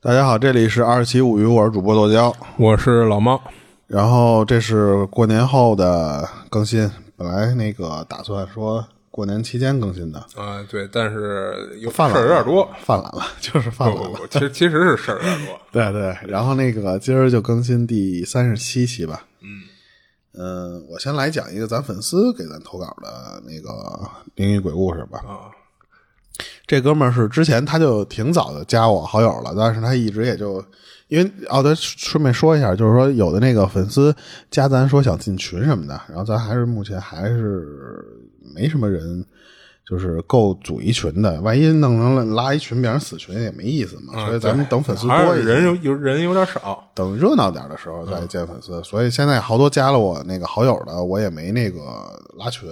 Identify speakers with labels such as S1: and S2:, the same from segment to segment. S1: 大家好，这里是二七五鱼，我是主播剁椒。
S2: 我是老猫，
S1: 然后这是过年后的更新，本来那个打算说过年期间更新的，
S2: 啊，对，但是有事
S1: 犯懒
S2: 儿有
S1: 了
S2: 点多，，哦
S1: 犯懒了，就是犯懒
S2: 不
S1: 了。
S2: 不，其实其实是事儿有 点多，
S1: 对对，然后那个今儿就更新第三十七期吧。嗯，呃，我先来讲一个咱粉丝给咱投稿的那个灵异鬼故事吧。
S2: 啊，
S1: 这哥们儿是之前他就挺早的加我好友了，但是他一直也就因为哦，对，顺便说一下，就是说有的那个粉丝加咱说想进群什么的，然后咱还是目前还是没什么人。就是够组一群的，万一弄成了拉一群变成死群也没意思嘛，所以咱们等粉丝
S2: 啊还
S1: 多
S2: 是
S1: 一点，
S2: 人有有人有点少，
S1: 等热闹点的时候再见粉丝。所以现在好多加了我那个好友的，我也没那个拉群。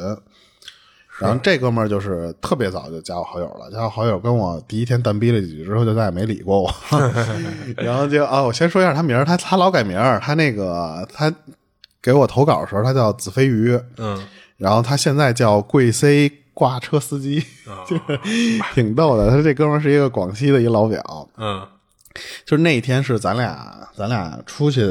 S1: 然后这哥们儿就是特别早就加我好友了，加我好友跟我第一天淡逼了几句之后，就再也没理过我。 然后就啊、我先说一下他名儿，他他老改名儿，他那个他给我投稿的时候，他叫子飞鱼，
S2: 嗯，
S1: 然后他现在叫贵 C 挂车司机，
S2: 啊
S1: 就是挺逗的。他这哥们儿是一个广西的一老表，
S2: 嗯
S1: 就是那一天是咱俩咱俩出去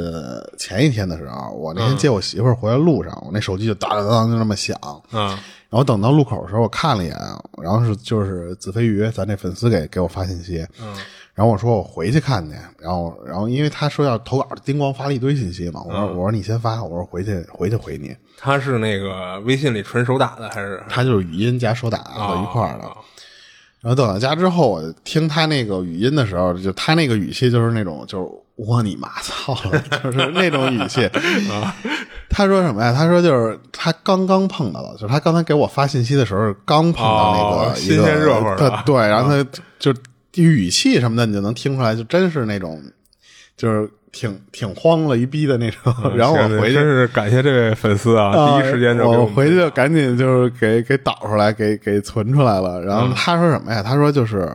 S1: 前一天的时候，我那天接我媳妇儿回来路上，我那手机就当当当就那么响，
S2: 嗯
S1: 然后等到路口的时候，我看了一眼，然后是就是子飞鱼，咱这粉丝给给我发信息，
S2: 嗯
S1: 然后我说我回去看去，然后然后因为他说要投稿，叮咣发了一堆信息嘛，我说、我说你先发，我说回去回去回你，
S2: 他是那个微信里纯手打的还是
S1: 他就是语音加手打
S2: 啊
S1: 到一块儿的。然后等到家之后，我听他那个语音的时候，就他那个语气就是那种就是我你妈操了，就是那种语气啊。 他说什么呀？他说就是他刚刚碰到了，就是他刚才给我发信息的时候刚碰到那
S2: 哦
S1: 个一
S2: 新
S1: 个、
S2: 鲜热乎儿啊
S1: 他
S2: 的
S1: 对，然后他就语气什么的，你就能听出来，就真是那种就是挺挺慌了一逼的那种。
S2: 嗯
S1: 然后我
S2: 现在
S1: 回去
S2: 啊真是感谢这位粉丝啊，
S1: 啊
S2: 第一时间就给
S1: 我
S2: 们
S1: 回去就赶紧就是给给导出来，给给存出来了。
S2: 嗯
S1: 然后他说什么呀？他说就是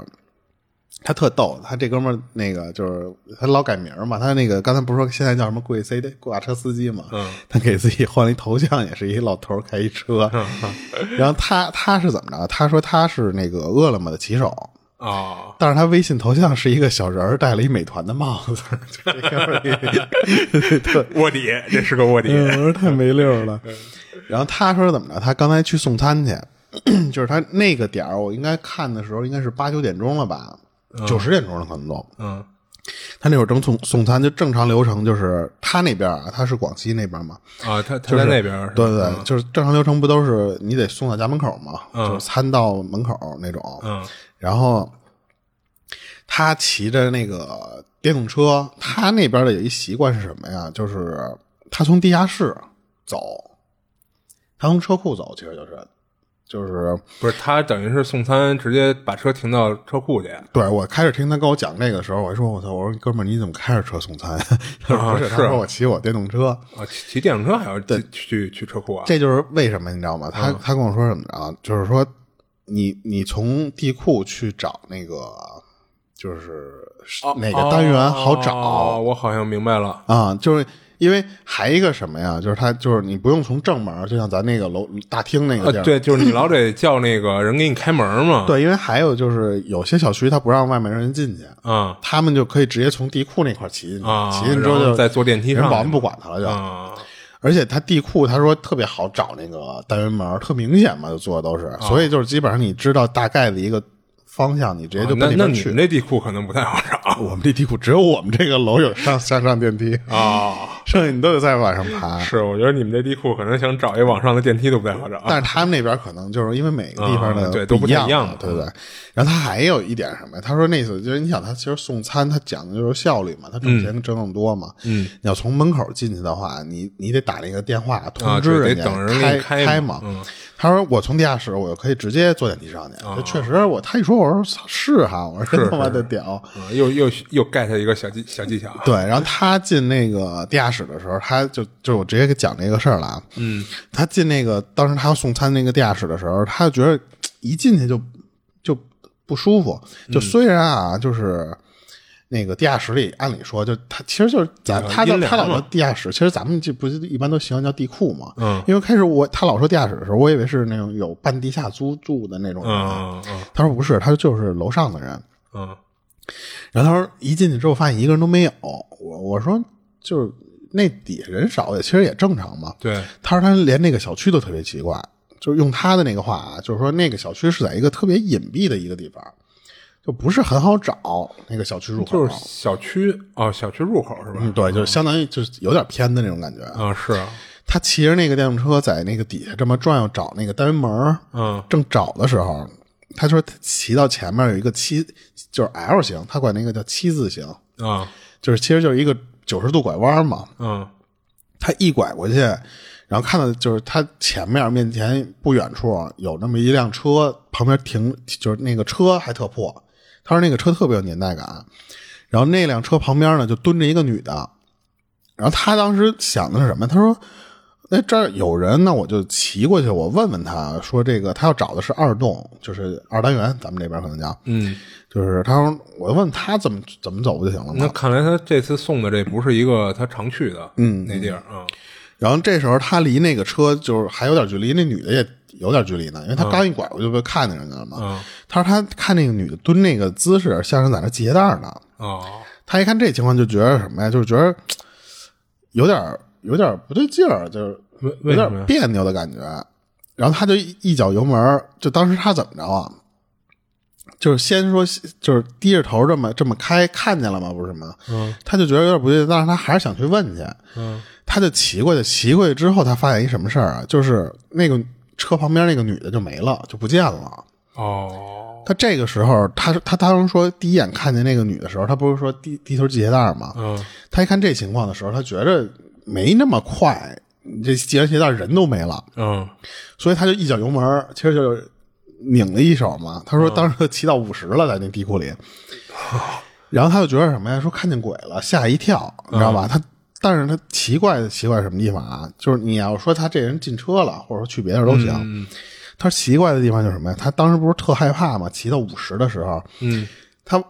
S1: 他特逗，他这哥们儿那个就是他老改名儿嘛，他那个刚才不是说现在叫什么贵 C 的挂车司机嘛，
S2: 嗯
S1: 他给自己换了一头像，也是一老头儿开一车。
S2: 嗯
S1: 然后他他是怎么着？他说他是那个饿了么的骑手。
S2: 啊，
S1: 但是他微信头像是一个小人儿，戴了一美团的帽子， 就这哥们儿也特
S2: 卧底，这是个卧 底，
S1: 嗯，我说太没溜儿了。然后他说怎么着？他刚才去送餐去， 就是他那个点儿，我应该看的时候应该是八九点钟了吧，九十点钟了可能都。
S2: 嗯
S1: 他那会儿正送送餐，就正常流程就是他那边儿啊，他是广西那边儿嘛，
S2: 啊，他他在那边儿，嗯
S1: 对对对，就是正常流程不都是你得送到家门口嘛，就是餐到门口那种。
S2: 嗯
S1: 然后他骑着那个电动车，他那边的有一习惯是什么呀？就是他从地下室走，他从车库走，其实就是就是
S2: 不是他等于是送餐，直接把车停到车库去，啊
S1: 对我开始听他跟我讲这个的时候，我还说我操，我说哥们儿你怎么开着车送餐？ 他说不是，
S2: 啊是
S1: 他说我骑我电动车。
S2: 啊，骑骑电动车还要去去去车库啊？嗯
S1: 这就是为什么你知道吗？他他跟我说什么着啊？就是说你你从地库去找那个就是哪个单元好找，
S2: 哦我好像明白了，
S1: 啊，就是因为还一个什么呀，就是他就是你不用从正门儿，就像咱那个楼大厅那个
S2: 啊
S1: 地儿，，
S2: 对，就是你老得叫那个人给你开门嘛。，
S1: 对因为还有就是有些小区他不让外面人进去，
S2: 啊
S1: 他们就可以直接从地库那块儿骑进去，
S2: 啊，
S1: 骑进去之
S2: 然
S1: 后
S2: 后
S1: 就
S2: 再坐电梯
S1: 人
S2: 上去嘛，
S1: 保安不管他了就，
S2: 啊，
S1: 而且他地库他说特别好找那个单元门儿，特明显嘛，就做的都是，所以就是基本上你知道大概的一个方向，哦你直接就
S2: 啊那
S1: 奔
S2: 那
S1: 边
S2: 你
S1: 去。
S2: 们这地库可能不太好找
S1: 我们这地库只有我们这个楼有上下上电梯，
S2: 啊。
S1: 剩下你都得再往上爬。
S2: 是，我觉得你们这地库可能想找一往上的电梯都不太好找。
S1: 但是他们那边可能就是因为每个地方的、
S2: 啊对都
S1: 不
S2: 不太
S1: 一
S2: 一样
S1: 嘛对不对？然后他还有一点什么呀？他说那次就是你想，他其实送餐他讲的就是效率嘛，他
S2: 嗯
S1: 挣钱挣那么多嘛。嗯，你要从门口进去的话，你你得打那个电话通知
S2: 啊对
S1: 人家、
S2: 得等人给
S1: 开
S2: 你开
S1: 嘛
S2: 嘛。嗯
S1: 他说我从地下室，我就可以直接坐电梯上去。
S2: 哦
S1: 这确实我，他一说我说操是哈，我说真他妈的屌。
S2: 啊又又又 get 一个小技小技巧，
S1: 对，然后他进那个地下室的时候，他就就是我直接给讲这个事儿了啊。嗯，他进那个当时他要送餐那个地下室的时候，他就觉得嘖一进去就就不舒服。
S2: 嗯
S1: 就虽然啊，就是那个地下室里，按理说就他其实就是咱
S2: 那个
S1: 他叫
S2: 阴凉
S1: 他老
S2: 嘛
S1: 说地下室，其实咱们这不是一般都喜欢叫地库嘛。
S2: 嗯，
S1: 因为开始我他老说地下室的时候，我以为是那种有半地下租住的那种人。
S2: 嗯嗯
S1: 他说不是，他就是楼上的人。
S2: 嗯
S1: 然后他说一进去之后发现一个人都没有，我我说就是那底下人少也其实也正常嘛。
S2: 对，
S1: 他说他连那个小区都特别奇怪，就是用他的那个话啊，就是说那个小区是在一个特别隐蔽的一个地方，就不是很好找那个小区入口。
S2: 就是小区哦，小区入口是吧？
S1: 嗯，对，就是相当于就是有点偏的那种感觉。
S2: 啊，是啊，
S1: 他骑着那个电动车在那个底下这么转悠找那个单元门儿，
S2: 嗯，
S1: 正找的时候，他说他骑到前面有一个七，就是 L 型，他管那个叫七字形，
S2: 啊，
S1: 就是其实就是一个九十度拐弯嘛。
S2: 嗯，
S1: 他一拐过去，然后看到就是他前面面前不远处有那么一辆车，旁边停就是那个车还特破，他说那个车特别有年代感。然后那辆车旁边呢就蹲着一个女的，然后他当时想的是什么？他说：“那这儿有人，那我就骑过去，我问问他说这个他要找的是二栋，就是二单元，咱们这边可能叫，
S2: 嗯，
S1: 就是他说我问他怎么怎么走不就行了吗
S2: 那？看来他这次送的这不是一个他常去的，嗯，那地儿啊，
S1: 然后这时候他离那个车就是还有点距离，那女的也有点距离呢，因为他刚一拐过就被看见人家了嘛。
S2: 嗯，
S1: 他说他看那个女的蹲那个姿势，像是在那系鞋带呢。
S2: 哦，
S1: 他一看这情况就觉得什么呀？就是觉得有点儿有点儿不对劲儿，就是
S2: 为
S1: 有
S2: 为什么
S1: 点
S2: 呀？
S1: 别扭的感觉。然后他就一一脚油门儿，就当时他怎么着啊？就是先说，就是低着头这么这么开，看见了吗？不是吗？
S2: 嗯
S1: 他就觉得有点不对劲，但是他还是想去问去。
S2: 嗯
S1: 他就骑过去，骑过去之后，他发现一什么事儿啊？就是那个车旁边那个女的就没了，就不见了。
S2: 哦，
S1: 他这个时候，他他当时说第一眼看见那个女的时候，他不是说低低头系鞋带吗？
S2: 嗯
S1: 他一看这情况的时候，他觉着没那么快，你这系完鞋带人都没了，
S2: 嗯，
S1: 所以他就一脚油门儿，其实就是拧了一手嘛。他说当时他骑到五十了，在那地库里，然后他就觉得什么呀？说看见鬼了，吓一跳，你知道吧？他但是他奇怪的奇怪什么地方啊？就是你要说他这人进车了，或者说去别地儿都行。他奇怪的地方就是什么呀？他当时不是特害怕嘛？骑到五十的时候，
S2: 嗯，
S1: 他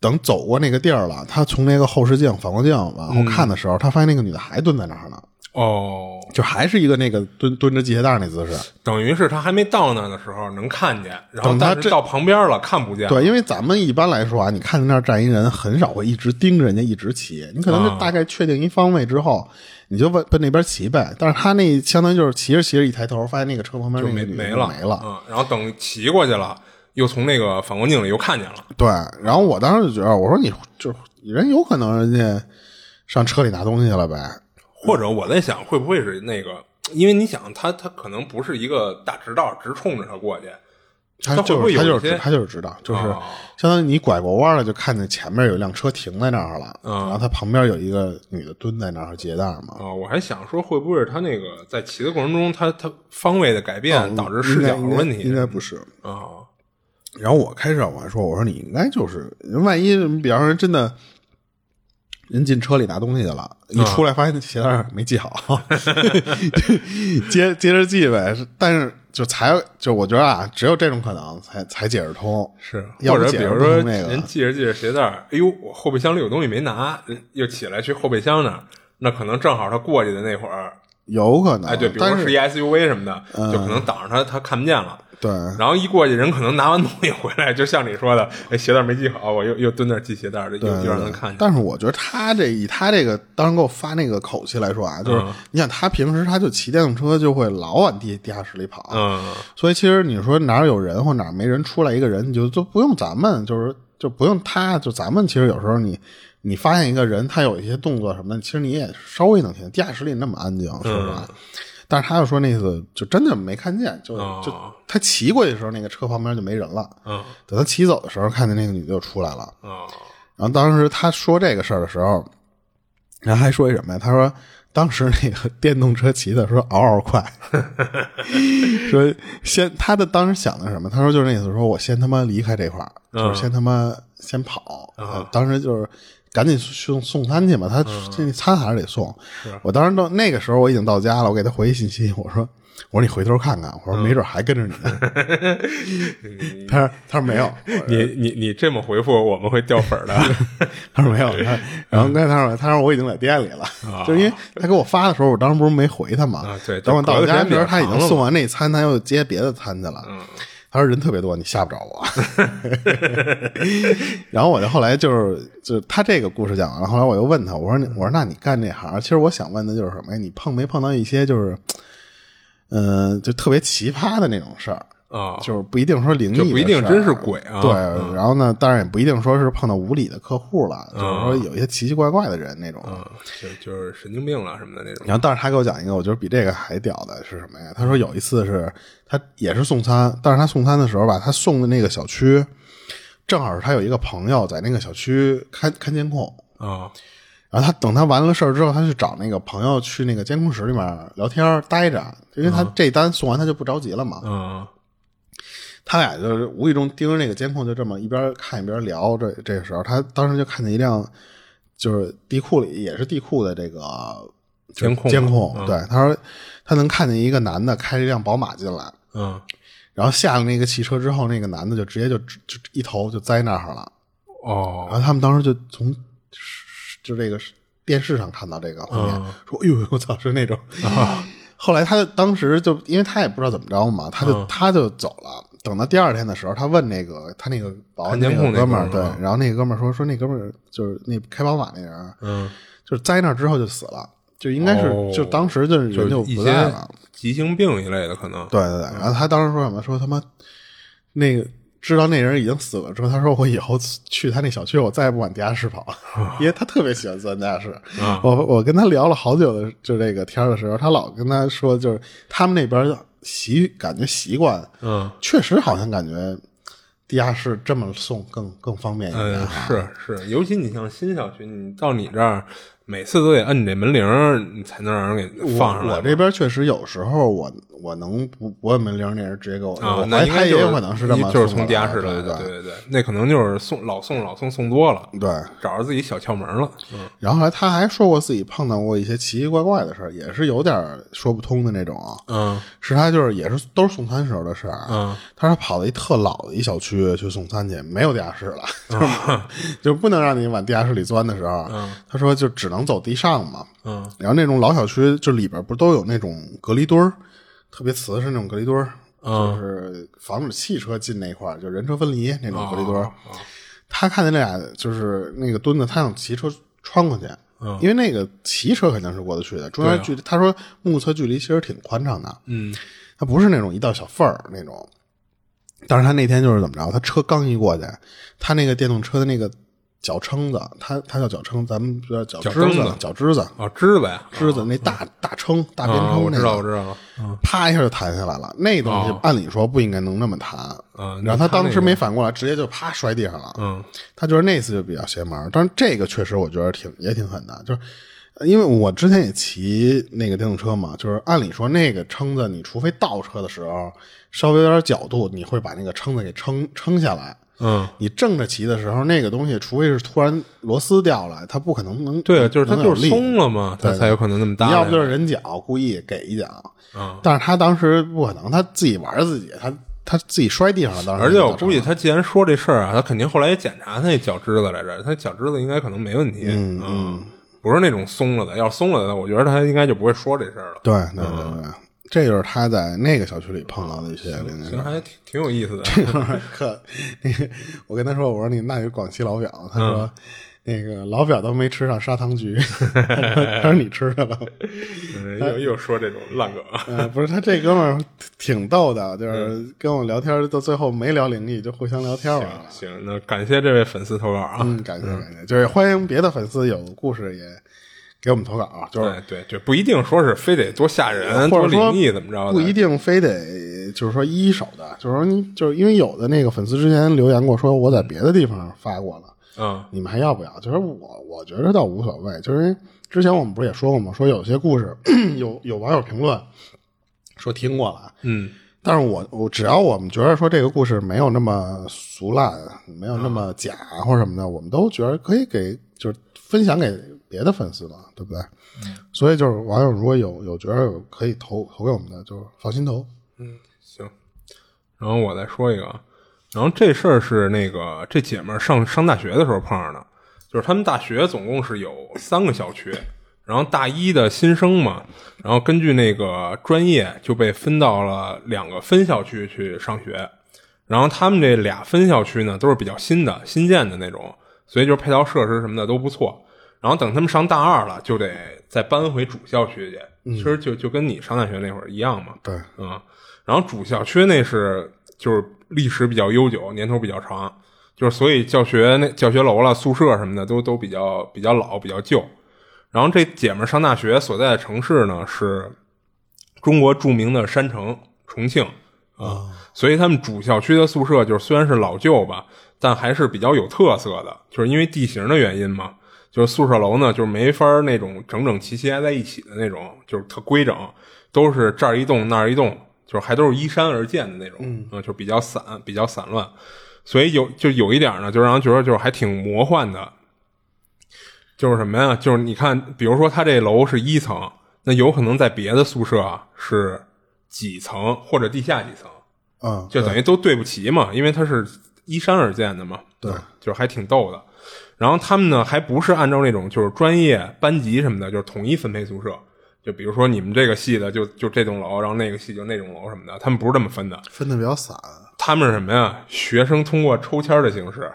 S1: 等走过那个地儿了，他从那个后视镜、反光镜往后看的时候，他发现那个女的还蹲在那儿呢，
S2: 哦，
S1: 就还是一个那个蹲蹲着系鞋带儿那姿势。
S2: 等于是他还没到那儿的时候能看见，然后
S1: 等他
S2: 但是
S1: 这
S2: 到旁边了看不见，
S1: 对，因为咱们一般来说啊，你看见那儿站一人，很少会一直盯着人家一直骑，你可能
S2: 啊
S1: 就大概确定一方位之后，你就奔奔那边骑呗。但是他那相当于就是骑着骑着一抬头，发现那个车旁边
S2: 就
S1: 那个
S2: 没
S1: 女的
S2: 没
S1: 就
S2: 了
S1: 没了。
S2: 嗯，然后等骑过去了，又从那个反光镜里又看见了，
S1: 对，然后我当时就觉得，我说你就是人有可能人家上车里拿东西了呗。
S2: 或者我在想会不会是那个，因为你想他他可能不是一个大直道直冲着他过去，
S1: 他
S2: 他会
S1: 就
S2: 不
S1: 是
S2: 会
S1: 他就
S2: 有一
S1: 是
S2: 些
S1: 知他就是知道，就是
S2: 哦
S1: 相当于你拐过弯了，就看见前面有一辆车停在那儿了，
S2: 嗯
S1: 然后他旁边有一个女的蹲在那儿系带嘛。
S2: 啊、我还想说，会不会是他那个在骑的过程中，他他方位的改变导致视角的
S1: 哦嗯应该
S2: 问
S1: 应该应
S2: 题
S1: 该
S2: 啊、
S1: 不是。然后我开始我还说，我说你应该就是，万一比方说人真的人进车里拿东西去了，你出来发现那鞋带儿没系好，接接着系呗。但是就才就我觉得啊，只有这种可能才才解释通。
S2: 是，
S1: 要
S2: 或
S1: 不
S2: 者
S1: 解
S2: 比
S1: 释
S2: 如
S1: 不
S2: 说
S1: 通那个
S2: 人系着系着鞋带儿，哎呦，我后备箱里有东西没拿，人又起来去后备箱那儿，那可能正好他过去的那会儿，
S1: 有可能，
S2: 哎，对，比如
S1: 啊但
S2: 说是一
S1: 是嗯
S2: SUV 什么的，就可能挡着他，他看不见了。
S1: 对，
S2: 然后一过去，人可能拿完东西回来，就像你说的，哎，鞋带儿没系好，我又又蹲那儿系鞋带儿，又又让他看见。
S1: 但是我觉得他这以他这个当时给我发那个口气来说啊，就是、
S2: 嗯
S1: 你想他平时他就骑电动车就会老往地地下室里跑，
S2: 嗯，
S1: 所以其实你说哪儿有人或哪儿没人出来一个人，你就都不用咱们，就是就不用他，就咱们其实有时候你你发现一个人他有一些动作什么的，其实你也稍微能听。地下室里那么安静，是吧？但是他又说那次就真的没看见，就、
S2: 哦
S1: 就他骑过去的时候，那个车旁边就没人了。
S2: 嗯
S1: 等他骑走的时候，看见那个女的又出来了。
S2: 嗯
S1: 然后当时他说这个事儿的时候，然后还说一什么呀？他说当时那个电动车骑的说嗷嗷快，说先他的当时想的是什么？他说就是那意思，说我先他妈离开这块儿，就是先他妈先跑。
S2: 啊
S1: 当时就是赶紧送送餐去嘛，他这餐还是得送。我当时到那个时候我已经到家了，我给他回一信息，我说。我说你回头看看，我说没准还跟着你呢。他说他说没有，
S2: 你你你这么回复，我们会掉粉儿的。
S1: 他说没有，
S2: 嗯
S1: 他然后跟他说，他说我已经在店里了， 就是因为他给我发的时候，我当时不是没回他嘛。
S2: 啊啊对就
S1: 等我到
S2: 隔得时
S1: 家
S2: 间
S1: 的时候，
S2: 比较
S1: 他已
S2: 长嗯
S1: 经
S2: 了
S1: 送完那餐，他又接别的餐去了。他说人特别多，你吓不着我。 然后我就后来就是就是他这个故事讲完了，后来我又问他，我说你我说那你干这行，其实我想问的就是什么呀？你碰没碰到一些就是，嗯、就特别奇葩的那种事儿？
S2: 啊，
S1: 就是不一定说灵异的事儿，
S2: 就不一定真是鬼啊
S1: 对，
S2: 嗯
S1: 然后呢，当然也不一定说是碰到无理的客户了，就是说有一些奇奇怪怪的人那种。
S2: 啊，就就是神经病了什么的那种
S1: 然后，但是他给我讲一个，我觉得比这个还屌的是什么呀？他说有一次是他也是送餐，但是他送餐的时候吧，他送的那个小区正好是他有一个朋友在那个小区看看监控，
S2: 啊
S1: 然后他等他完了事儿之后，他去找那个朋友去那个监控室里面聊天儿待着，因为他
S2: 嗯
S1: 这单送完他就不着急了嘛。
S2: 啊
S1: 他俩就是无意中盯着那个监控，就这么一边看一边聊。这这个时候，他当时就看见一辆，就是地库里也是地库的这个
S2: 监控
S1: 监控。对，他说他能看见一个男的开着一辆宝马进来，
S2: 啊
S1: 然后下了那个汽车之后，那个男的就直接就就就一头就栽那儿了。然
S2: 哦
S1: 后他们当时就从就这个电视上看到这个画面，
S2: 嗯啊
S1: 说：“哎呦，我操，是那种。后来他就当时就，因为他也不知道怎么着嘛，他就、
S2: 嗯
S1: 他就走了。等到第二天的时候，他问那个他那个保安
S2: 看监控
S1: 那个哥们儿，
S2: 那
S1: 对
S2: 哥们儿，
S1: 然后那个哥们儿说说那哥们儿就是那开宝马那人，
S2: 嗯，
S1: 就是栽那儿之后就死了，就应该是、
S2: 哦
S1: 就当时就是人
S2: 就一
S1: 不在
S2: 些
S1: 了。
S2: 急性病一类的可能
S1: 对对对，然后他当时说什么？说他妈那个知道那人已经死了之后，他说我以后去他那小区，我再也不往地下室跑了， 因为他特别喜欢钻地下室。
S2: 啊
S1: 我我跟他聊了好久的就这个天儿的时候，他老跟他说，就是他们那边习感觉习惯，
S2: 嗯
S1: 确实好像感觉地下室这么送更更方便一点
S2: 嗯
S1: 啊。
S2: 是是，尤其你像新小区，你到你这儿每次都得摁你这门铃儿，你才能让人给放上
S1: 我
S2: 来
S1: 我这边确实有时候我我能不不按门铃，那人直接给我，
S2: 啊
S1: 我，
S2: 那
S1: 怀疑
S2: 应
S1: 他
S2: 该
S1: 也
S2: 就是
S1: 有可能是这么
S2: 就是
S1: 送
S2: 从地
S1: 过
S2: 下
S1: 来
S2: 室来
S1: 的，啊
S2: 的，对
S1: 对
S2: 对对，那可能就是送老送老送送多了，
S1: 对对。
S2: 找着自己小窍门了，嗯
S1: 然后后来他还说过自己碰到过一些奇奇怪怪的事儿，也是有点儿说不通的那种啊。
S2: 嗯
S1: 是他就是也是都是送餐时候的事儿。啊
S2: 嗯
S1: 他说跑到一特老的一小区去送餐去，没有地下室了，就是 就不能让你往地下室里钻的时候，啊他说就只能走地上嘛。
S2: 嗯
S1: 然后那种老小区就里边不都有那种隔离墩儿，特别瓷实那种隔离墩儿，
S2: 嗯
S1: 就是防止汽车进那块儿，就人车分离那种隔离墩儿。
S2: 哦哦
S1: 他看见那俩就是那个墩子，他想骑车穿过去，
S2: 嗯
S1: 因为那个骑车肯定是过得去的，中
S2: 对
S1: 间
S2: 啊
S1: 距离、他说目测距离其实挺宽敞的，
S2: 嗯
S1: 他不是那种一道小缝儿那种。但是他那天就是怎么着，他车刚一过去，他那个电动车的那个脚撑子，他他叫脚撑，咱们叫脚
S2: 脚
S1: 支
S2: 蹬
S1: 子
S2: 子，
S1: 脚支子，
S2: 哦，知道呀，
S1: 支子那大大撑大边
S2: 嗯啊，
S1: 撑
S2: 我
S1: 那
S2: 知道，
S1: 个
S2: 我知道了，嗯
S1: 啪一下就弹下来了。那东西
S2: 哦
S1: 按理说不应该能那么弹，
S2: 啊，
S1: 然后
S2: 那
S1: 他当
S2: 那
S1: 时
S2: 个
S1: 没反过来，直接就啪摔地上了。
S2: 嗯
S1: 他就是那次就比较邪门儿，但是这个确实我觉得挺也挺狠的，就是呃因为我之前也骑那个电动车嘛，就是按理说那个撑子，你除非倒车的时候稍微有点角度，你会把那个撑子给撑撑下来。
S2: 嗯，
S1: 你正着骑的时候，那个东西除非是突然螺丝掉了，它嗯不可能能
S2: 对，啊就是他
S1: 能有
S2: 就是
S1: 力
S2: 松了嘛，他
S1: 对
S2: 才有可能那么大
S1: 你
S2: 呀，
S1: 要不就是人脚故意给一脚，
S2: 啊。
S1: 但是他当时不可能，他自己玩自己，他他自己摔地上了，当时
S2: 而且我
S1: 就
S2: 估计他既然说这事儿啊，他肯定后来也检查他那脚趾子来着，他脚趾子应该可能没问题，嗯不是那种松了的，要是松了的，我觉得他应该就不会说这事儿了。
S1: 对对对
S2: 嗯
S1: 对，这就是他在那个小区里碰到的一些零零
S2: 其实
S1: 散
S2: 还挺挺有意思的，
S1: 散。 可那个，我跟他说，我说你那有广西老表，他
S2: 嗯
S1: 说、那个老表都没吃上砂糖 橘，他说你吃上了。
S2: 嗯又又说这种烂梗，啊
S1: 呃，不是，他这哥们儿挺逗的，
S2: 嗯
S1: 就是跟我聊天到最后没聊灵异，就互相聊天玩了。
S2: 行，那感谢这位粉丝投稿
S1: 啊
S2: 啊，
S1: 嗯，感谢感谢，就是欢迎别的粉丝有故事也给我们投稿啊，就是
S2: 对哎对，就不一定说是非得多吓人、
S1: 或
S2: 多
S1: 者说
S2: 灵异怎么着的，
S1: 不一定非得就是说一手的，就是说你就是因为有的那个粉丝之前留言过说我在别的地方发过了，
S2: 嗯
S1: 你们还要不要？就是我我觉得倒无所谓，就是因为之前我们不是也说过吗？说有些故事 有有网友评论说听过了，
S2: 嗯
S1: 但是我我只要我们觉得说这个故事没有那么俗烂，没有那么假或什么的，我们都觉得可以给就是分享给别的粉丝嘛，对不对？所以就是网友如果有有觉得有可以投投给我们的，就是放心投。
S2: 行。然后我再说一个，啊，然后这事儿是那个这姐们儿上上大学的时候碰上的，就是他们大学总共是有三个小区，然后大一的新生嘛，然后根据那个专业就被分到了两个分校区去上学，然后他们这俩分校区呢，都是比较新的、新建的那种，所以就是配套设施什么的都不错。然后等他们上大二了，就得再搬回主校区去。其实就就跟你上大学那会儿一样嘛。
S1: 对，
S2: 嗯，然后主校区那是就是历史比较悠久，年头比较长，就是所以教学那教学楼了、宿舍什么的都都比较比较老、比较旧。然后这姐们儿上大学所在的城市呢是中国著名的山城重庆啊，
S1: 嗯
S2: 所以他们主校区的宿舍就是虽然是老旧吧，但还是比较有特色的，就是因为地形的原因嘛。就是宿舍楼呢，就是没法儿那种整整齐齐挨在一起的那种，就是特规整，都是这儿一栋那儿一栋，就是还都是依山而建的那种，嗯、就比较散，比较散乱，所以有就有一点呢，就让人觉得就是还挺魔幻的，就是什么呀？就是你看，比如说它这楼是一层，那有可能在别的宿舍啊是几层或者地下几层，
S1: 嗯，
S2: 就等于都对不齐嘛，因为它是依山而建的嘛，对，就是还挺逗的。然后他们呢，还不是按照那种就是专业班级什么的，就是统一分配宿舍。就比如说你们这个系的就就这栋楼，然后那个系就那栋楼什么的，他们不是这么分的。
S1: 分的比较散，
S2: 他们是什么呀？学生通过抽签的形式，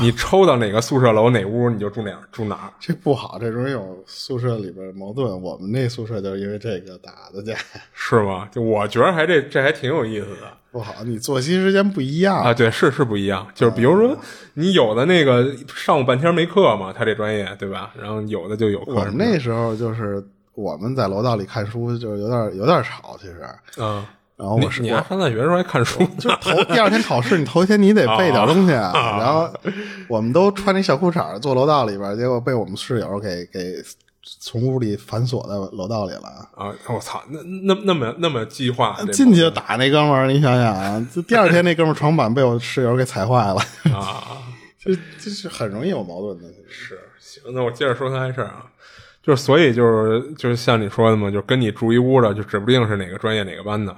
S2: 你抽到哪个宿舍楼哪屋，你就住哪儿住哪儿。
S1: 这不好，这容易有宿舍里边矛盾。我们那宿舍就是因为这个打的架，
S2: 是吗？就我觉得还这这还挺有意思的
S1: 不好，你作息时间不一样，
S2: 啊，对，是是不一样。就是比如
S1: 哦
S2: 说，你有的那个上午半天没课嘛，他这专业对吧？然后有的就有课
S1: 我
S2: 什
S1: 们
S2: 么的。
S1: 那时候就是我们在楼道里看书，就是有点有点吵，其实。
S2: 嗯，
S1: 然后
S2: 你
S1: 哦我是
S2: 你
S1: 我
S2: 丫上大学的时候还看书呢，
S1: 头第二天考试，你头一天你得备点东西啊。
S2: 啊
S1: 然后我们都穿那小裤衩坐楼道里边，结果被我们室友给给从屋里反锁在楼道里了。
S2: 啊！我操，那那那么那么计划啊这
S1: 呃进去就打那哥们儿，你想想啊，这第二天那哥们儿床板被我室友给踩坏了，
S2: 啊！
S1: 这这是很容易有矛盾的。
S2: 是行，那我接着说他的事儿啊，就是所以就是就是像你说的嘛，就是跟你住一屋的，就指不定是哪个专业哪个班的。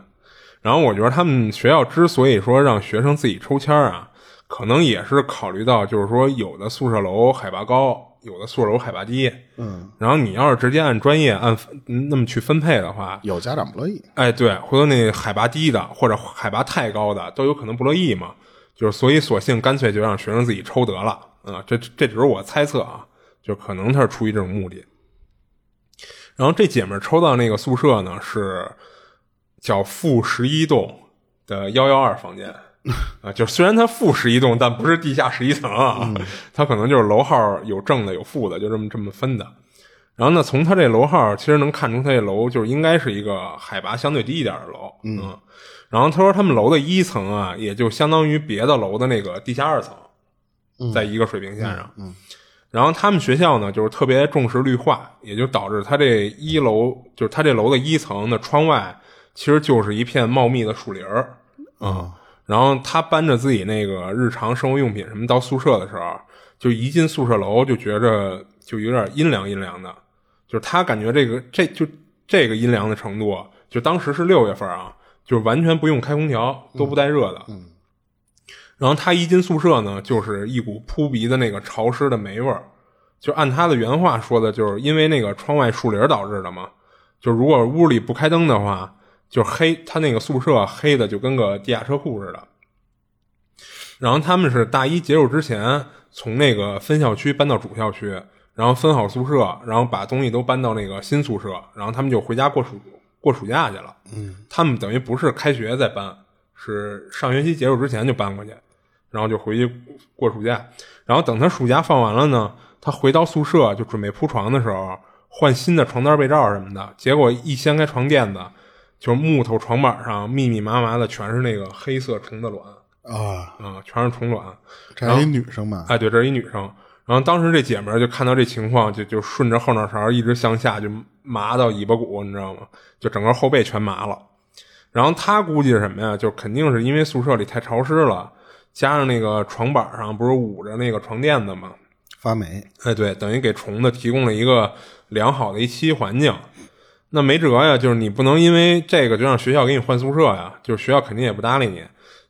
S2: 然后我觉得他们学校之所以说让学生自己抽签儿啊，可能也是考虑到就是说有的宿舍楼海拔高，有的宿舍楼海拔低。
S1: 嗯，
S2: 然后你要是直接按专业按嗯那么去分配的话，
S1: 有家长不乐意，
S2: 哎，对，回头那海拔低的或者海拔太高的都有可能不乐意嘛，就是所以索性干脆就让学生自己抽得了啊、这这只是我猜测啊，就可能他是出于这种目的。然后这姐们儿抽到那个宿舍呢是叫负十一栋的幺幺二房间啊，就虽然它负十一栋，但不是地下十一层啊，它可能就是楼号有正的有负的，就这么这么分的。然后呢，从它这楼号其实能看出它这楼就是应该是一个海拔相对低一点的楼，嗯。然后他说他们楼的一层啊，也就相当于别的楼的那个地下二层，在一个水平线上，嗯。然后他们学校呢，就是特别重视绿化，也就导致它这一楼，就是它这楼的一层的窗外，其实就是一片茂密的树林儿，嗯
S1: 啊、
S2: 然后他搬着自己那个日常生活用品什么到宿舍的时候，就一进宿舍楼就觉着就有点阴凉阴凉的，就是他感觉这个这就这个阴凉的程度，就当时是六月份啊，就完全不用开空调都不带热的。嗯。然后他一进宿舍呢，就是一股扑鼻的那个潮湿的霉味儿，就按他的原话说的，就是因为那个窗外树林儿导致的嘛。就如果屋里不开灯的话，就是黑，他那个宿舍黑的就跟个地下车库似的。然后他们是大一结束之前从那个分校区搬到主校区，然后分好宿舍，然后把东西都搬到那个新宿舍，然后他们就回家过暑过暑假去了。嗯，他们等于不是开学再搬，是上学期结束之前就搬过去，然后就回去过暑假。然后等他暑假放完了呢，他回到宿舍就准备铺床的时候，换新的床单被罩什么的，结果一掀开床垫子，就是木头床板上密密麻麻的全是那个黑色虫子卵。
S1: 啊，
S2: 啊、全是虫卵。
S1: 这还一女生吧？
S2: 哎，对，这是一女生。然后当时这姐们儿就看到这情况，就就顺着后脑勺一直向下，就麻到尾巴骨，你知道吗？就整个后背全麻了。然后她估计是什么呀？就肯定是因为宿舍里太潮湿了，加上那个床板上不是捂着那个床垫子吗？
S1: 发霉，
S2: 哎，对，等于给虫子提供了一个良好的一栖环境。那没辙呀，就是你不能因为这个就让学校给你换宿舍呀，就是学校肯定也不搭理你，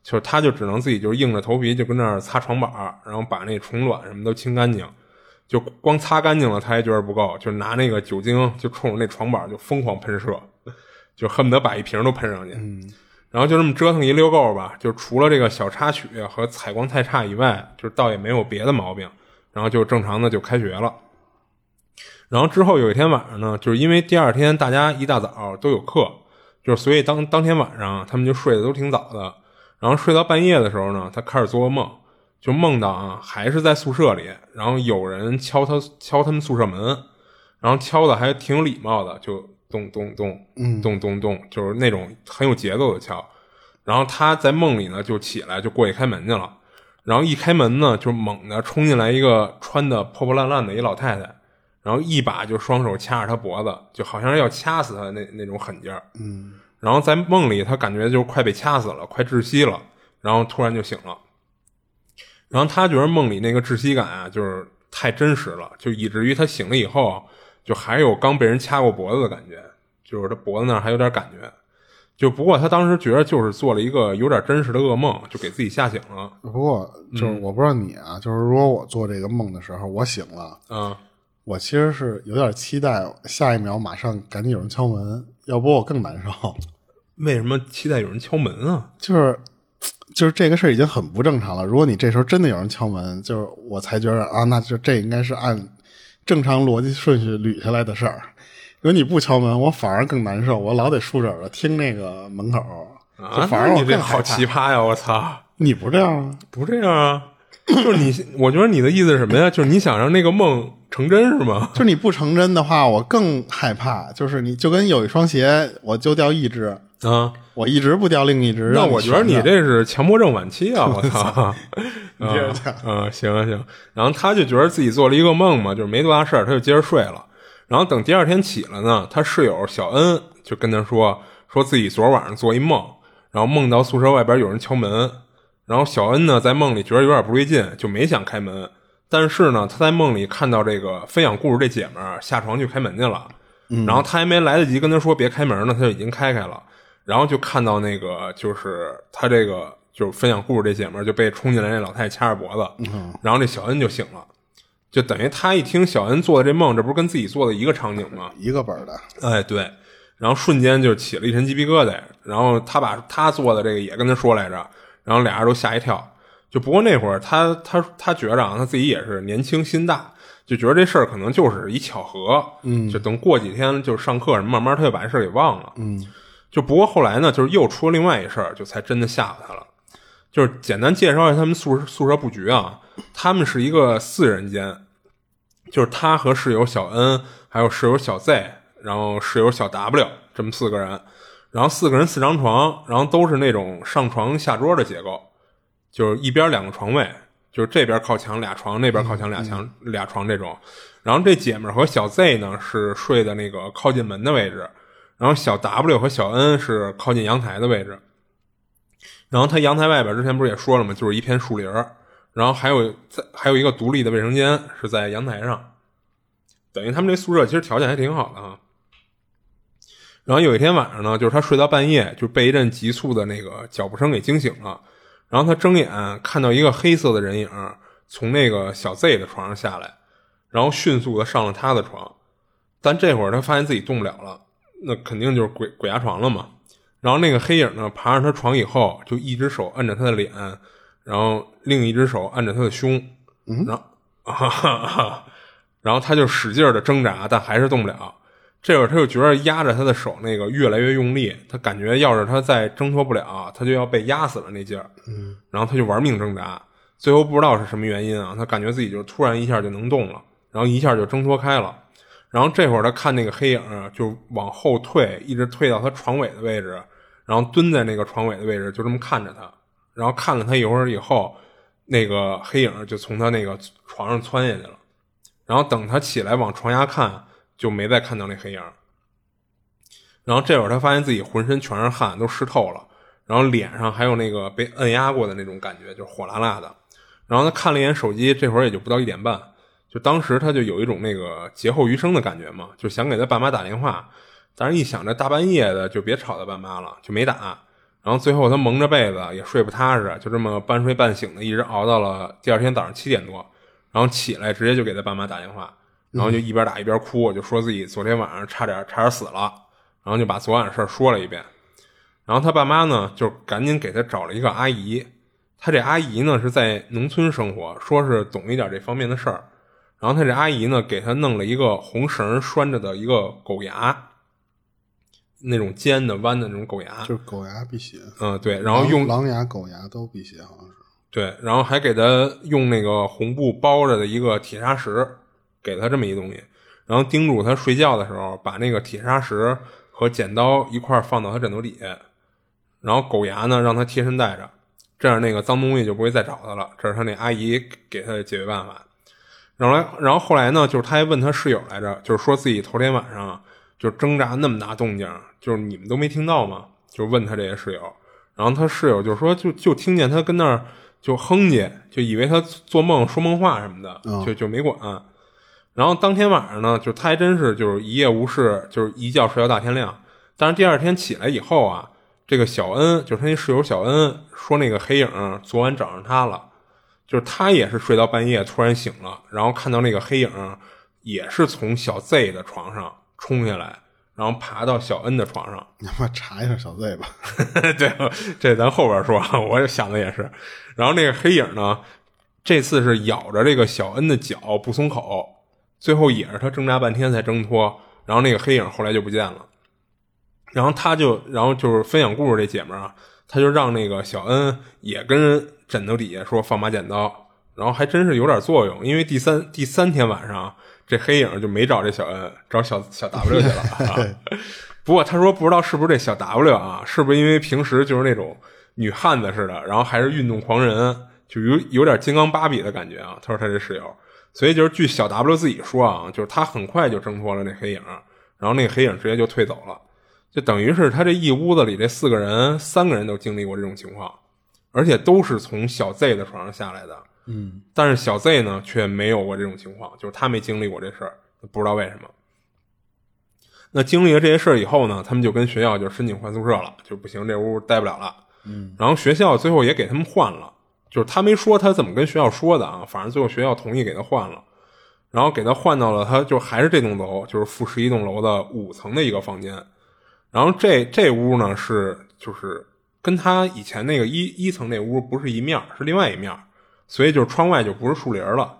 S2: 就是他就只能自己就是硬着头皮就跟那儿擦床板儿，然后把那虫卵什么都清干净。就光擦干净了，他还觉得不够，就拿那个酒精就冲着那床板就疯狂喷射，就恨不得把一瓶都喷上去。然后就这么折腾一溜够吧，就除了这个小插曲和采光太差以外，就是倒也没有别的毛病，然后就正常的就开学了。然后之后有一天晚上呢，就是因为第二天大家一大早都有课，就是所以当当天晚上他们就睡得都挺早的。然后睡到半夜的时候呢，他开始做噩梦，就梦到啊还是在宿舍里，然后有人敲他敲他们宿舍门，然后敲的还挺有礼貌的，就咚咚咚，咚咚咚，就是那种很有节奏的敲。然后他在梦里呢就起来就过去开门去了，然后一开门呢就猛地冲进来一个穿的破破烂烂的一老太太。然后一把就双手掐着他脖子，就好像是要掐死他的那那种狠劲儿。嗯，然后在梦里，他感觉就快被掐死了，快窒息了，然后突然就醒了。然后他觉得梦里那个窒息感啊，就是太真实了，就以至于他醒了以后，啊就还有刚被人掐过脖子的感觉，就是他脖子那儿还有点感觉。就不过他当时觉得就是做了一个有点真实的噩梦，就给自己吓醒了。
S1: 不过
S2: 嗯
S1: 就是我不知道你啊，就是如果我做这个梦的时候，我醒了，
S2: 嗯，
S1: 我其实是有点期待下一秒马上赶紧有人敲门，要不我更难受。
S2: 为什么期待有人敲门啊？
S1: 就是就是这个事儿已经很不正常了。如果你这时候真的有人敲门，就是我才觉得啊，那就这应该是按正常逻辑顺序捋下来的事儿。如果你不敲门，我反而更难受，我老得竖着耳朵听那个门口，
S2: 啊
S1: 就，反
S2: 那
S1: 而我
S2: 你这
S1: 更害
S2: 好
S1: 怕
S2: 奇。葩呀！我操！
S1: 你不这样吗？
S2: 不这样啊，就是你，我觉得你的意思是什么呀？就是你想让那个梦成真是吗？
S1: 就是你不成真的话，我更害怕。就是你就跟有一双鞋，我就掉一只，
S2: 啊，
S1: 我一直不掉另一只。
S2: 那
S1: 让
S2: 我觉得你
S1: 选择
S2: 这是强迫症晚期啊！我操，
S1: 你接着讲
S2: 啊，行啊行。然后他就觉得自己做了一个梦嘛，就是没多大事儿，他就接着睡了。然后等第二天起来呢，他室友小恩就跟他说，说自己昨晚上做一梦，然后梦到宿舍外边有人敲门，然后小恩呢在梦里觉得有点不对劲，就没想开门。但是呢，他在梦里看到这个分享故事这姐们儿下床去开门去了，然后他还没来得及跟他说别开门呢，他就已经开开了。然后就看到那个就是他这个就是分享故事这姐们儿就被冲进来那老太太掐着脖子，然后这小恩就醒了，就等于他一听小恩做的这梦，这不是跟自己做的一个场景吗？
S1: 一个本儿的，
S2: 哎，对，然后瞬间就起了一身鸡皮疙瘩，然后他把他做的这个也跟他说来着，然后俩人都吓一跳。就不过那会儿他他他觉着啊，他自己也是年轻心大，就觉得这事儿可能就是一巧合，嗯，就等过几天就上课什么，慢慢他就把这事儿给忘了，嗯。就不过后来呢，就是又出了另外一事儿，就才真的吓唬他了。就是简单介绍一下他们宿舍宿舍布局啊，他们是一个四人间，就是他和室友小恩，还有室友小 Z，然后室友小 W 这么四个人，然后四个人四张床，然后都是那种上床下桌的结构，就是一边两个床位，就是这边靠墙俩床，那边靠墙俩墙、俩床这种。然后这姐们儿和小 Z 呢是睡的那个靠近门的位置，然后小 W 和小 N 是靠近阳台的位置。然后他阳台外边之前不是也说了吗？就是一片树林儿，然后还有在还有一个独立的卫生间是在阳台上，等于他们这宿舍其实条件还挺好的啊。然后有一天晚上呢，就是他睡到半夜，就被一阵急促的那个脚步声给惊醒了。然后他睁眼看到一个黑色的人影儿从那个小 Z 的床上下来，然后迅速的上了他的床。但这会儿他发现自己动不了了，那肯定就是鬼鬼压床了嘛。然后那个黑影呢，爬上他床以后，就一只手按着他的脸，然后另一只手按着他的胸，然后，啊哈哈哈，然后他就使劲的挣扎，但还是动不了。这会儿他就觉得压着他的手那个越来越用力，他感觉要是他再挣脱不了，他就要被压死了那劲儿。嗯，然后他就玩命挣扎，最后不知道是什么原因啊，他感觉自己就突然一下就能动了，然后一下就挣脱开了。然后这会儿他看那个黑影儿就往后退，一直退到他床尾的位置，然后蹲在那个床尾的位置，就这么看着他。然后看了他一会儿以后，那个黑影儿就从他那个床上窜下去了。然后等他起来往床下看，就没再看到那黑影儿。然后这会儿他发现自己浑身全是汗，都湿透了，然后脸上还有那个被摁压过的那种感觉，就是火辣辣的。然后他看了一眼手机，这会儿也就不到一点半，就当时他就有一种那个劫后余生的感觉嘛，就想给他爸妈打电话，但是一想这大半夜的就别吵他爸妈了，就没打。然后最后他蒙着被子也睡不踏实，就这么半睡半醒的，一直熬到了第二天早上七点多，然后起来直接就给他爸妈打电话，然后就一边打一边哭，就说自己昨天晚上差点差点死了，然后就把昨晚的事儿说了一遍。然后他爸妈呢，就赶紧给他找了一个阿姨。他这阿姨呢是在农村生活，说是懂一点这方面的事儿。然后他这阿姨呢，给他弄了一个红绳拴着的一个狗牙，那种尖的弯的那种狗牙。
S1: 就是狗牙辟邪，
S2: 嗯，对，然后用
S1: 狼狼牙、狗牙都辟邪，好像是。
S2: 对，然后还给他用那个红布包着的一个铁砂石，给他这么一东西，然后叮嘱他睡觉的时候把那个铁砂石和剪刀一块儿放到他枕头底下，然后狗牙呢让他贴身带着，这样那个脏东西就不会再找他了。这是他那阿姨给他的解决办法。然后来，然后后来呢，就是他还问他室友来着，就是说自己头天晚上就挣扎那么大动静，就是你们都没听到吗？就问他这些室友，然后他室友就说就就听见他跟那儿就哼唧，就以为他做梦说梦话什么的，就就没管。然后当天晚上呢，就他还真是就是一夜无事，就是一觉睡到大天亮。但是第二天起来以后啊，这个小恩就是他那室友小恩说那个黑影儿昨晚找上他了，就是他也是睡到半夜突然醒了，然后看到那个黑影儿也是从小 Z 的床上冲下来，然后爬到小恩的床上。
S1: 你他妈查一下小 Z 吧，
S2: 对，这咱后边说， 啊，我也想的也是。然后那个黑影呢，这次是咬着这个小恩的脚不松口，最后也是他挣扎半天才挣脱。然后那个黑影后来就不见了。然后他就，然后就是分享故事这姐们儿啊，他就让那个小恩也跟枕头底下说放把剪刀，然后还真是有点作用，因为第三第三天晚上啊，这黑影就没找这小恩，找小小 W 去了、啊。不过他说不知道是不是这小 W 啊，是不是因为平时就是那种女汉子似的，然后还是运动狂人，就有有点金刚芭比的感觉啊。他说他这室友，所以就是据小 W 自己说啊，就是他很快就挣脱了那黑影，然后那黑影直接就退走了，就等于是他这一屋子里这四个人，三个人都经历过这种情况，而且都是从小 Z 的床上下来的。
S1: 嗯，
S2: 但是小 Z 呢却没有过这种情况，就是他没经历过这事儿，不知道为什么。那经历了这些事儿以后呢，他们就跟学校就申请换宿舍了，就不行，这屋待不了了。嗯，然后学校最后也给他们换了，就是他没说他怎么跟学校说的啊，反正最后学校同意给他换了，然后给他换到了他就还是这栋楼，就是负十一栋楼的五层的一个房间。然后这这屋呢是就是跟他以前那个一一层那屋不是一面儿，是另外一面儿，所以就是窗外就不是树林儿了。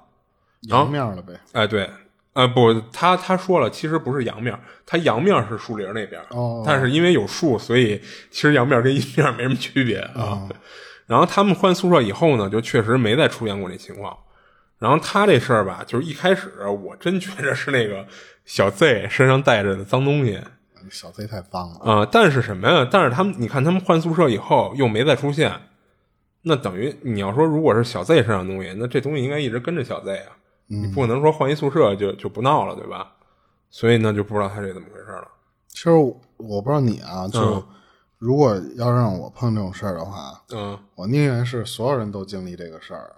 S1: 阳面了呗。
S2: 哎，对，呃，不，他他说了，其实不是阳面儿，他阳面儿是树林儿那边儿，
S1: 哦
S2: 但是因为有树，所以其实阳面儿跟阴面儿没什么区别啊。 然后他们换宿舍以后呢，就确实没再出现过那情况。然后他这事儿吧，就是一开始我真觉着是那个小 Z 身上带着的脏东西，
S1: 哦小 Z 太脏了，
S2: 啊、但是什么呀？但是他们，你看他们换宿舍以后又没再出现，那等于你要说如果是小 Z 身上的东西，那这东西应该一直跟着小 Z 啊，你不可能说换一宿舍就就不闹了，对吧？所以那就不知道他这怎么回事了。
S1: 其实我我不知道你啊，就、如果要让我碰这种事儿的话，
S2: 嗯，
S1: 我宁愿是所有人都经历这个事儿，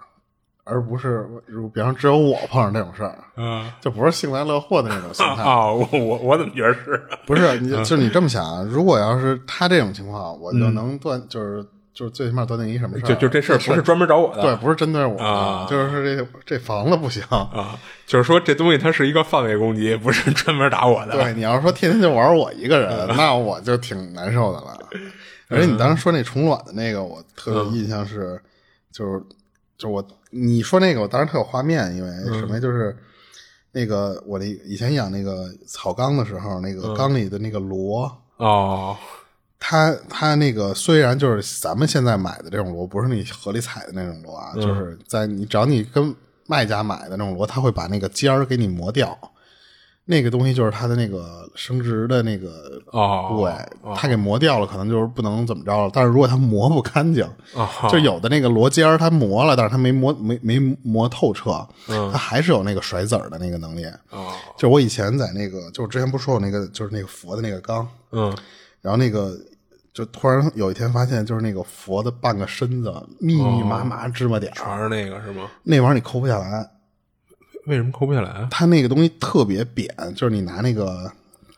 S1: 而不是如比方说只有我碰上这种事儿，
S2: 啊
S1: 就不是幸灾乐祸的那种心态。
S2: 啊！我我我怎么觉得是啊？
S1: 不是，你就就你这么想啊，如果要是他这种情况，我就能断，就是就是最起码断定一什么事儿，
S2: 嗯就就这事儿不是专门找我的，
S1: 对，不是针对我，
S2: 啊
S1: 就是这这房子不行。
S2: 啊，就是说这东西它是一个范围攻击，不是专门打我的。
S1: 对，你要是说天天就玩我一个人，那我就挺难受的了。而且你当时说那宠卵的那个，我特有印象是，就是就是我你说那个，我当时特有画面，因为什么呀就是那个我那以前养那个草缸的时候，那个缸里的那个螺，
S2: 哦，
S1: 它它那个虽然就是咱们现在买的这种螺，不是你河里采的那种螺啊，
S2: 嗯
S1: 就是在你只要你跟卖家买的那种螺，它会把那个尖儿给你磨掉，那个东西就是它的那个生殖的那个
S2: 哦
S1: 部位，它给磨掉了，可能就是不能怎么着了。但是如果它磨不干净，
S2: 哦
S1: 就有的那个螺尖儿它磨了，但是它没磨没没磨透彻，
S2: 嗯
S1: 它还是有那个甩籽儿的那个能力。
S2: 哦，
S1: 就我以前在那个，就是之前不是说我那个就是那个佛的那个缸，
S2: 嗯，
S1: 然后那个就突然有一天发现，就是那个佛的半个身子密
S2: 哦
S1: 密麻麻芝麻点儿，
S2: 全是那个是吗？
S1: 那玩意儿你抠不下来，
S2: 为什么抠不下来啊？
S1: 它那个东西特别扁，就是你拿那个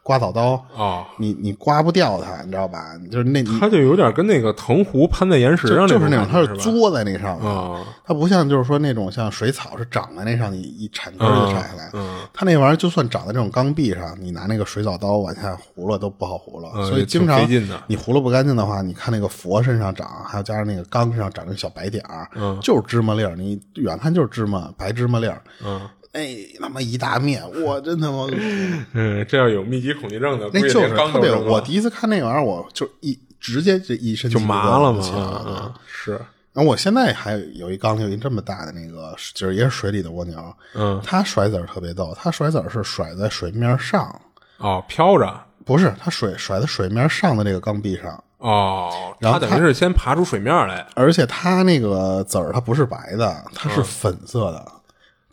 S1: 刮草刀，
S2: 哦，
S1: 你你刮不掉它，你知道吧？就是那你
S2: 它就有点跟那个藤壶攀在岩石上
S1: 就就是那
S2: 那
S1: 种，它
S2: 它
S1: 是作在那上面，
S2: 啊，
S1: 它不像就是说那种像水草是长在那上，你一铲根儿就铲下来。
S2: 嗯
S1: 它那玩意儿就算长在这种钢壁上，你拿那个水草刀往下糊了都不好糊了，
S2: 嗯
S1: 所以经
S2: 挺
S1: 常
S2: 费劲的
S1: 你糊了不干净的话，你看那个佛身上长，还有加上那个钢身上长那小白点儿，
S2: 嗯
S1: 就是芝麻粒儿，你远看就是芝麻白芝麻粒儿，
S2: 嗯
S1: 哎他妈一大面，我真 他妈恶心
S2: 嗯，这要有密集恐惧症的，
S1: 那
S2: 估计
S1: 就是
S2: 连钢
S1: 特
S2: 都
S1: 别，
S2: 扔了
S1: 我第一次看那玩意儿，我就一直接这一身
S2: 就麻了嘛，
S1: 起来
S2: 嗯嗯是，
S1: 然后我现在还有一缸里有一这么大的那个，就是也是水里的蜗牛，
S2: 嗯，
S1: 它甩籽儿特别逗，它甩籽儿是甩在水面上，
S2: 哦，飘着，
S1: 不是它甩甩在水面上的这个缸壁上，
S2: 哦，
S1: 然
S2: 它
S1: 后
S2: 等
S1: 它
S2: 于是先爬出水面来，
S1: 而且它那个籽儿它不是白的，它
S2: 嗯
S1: 是粉色的，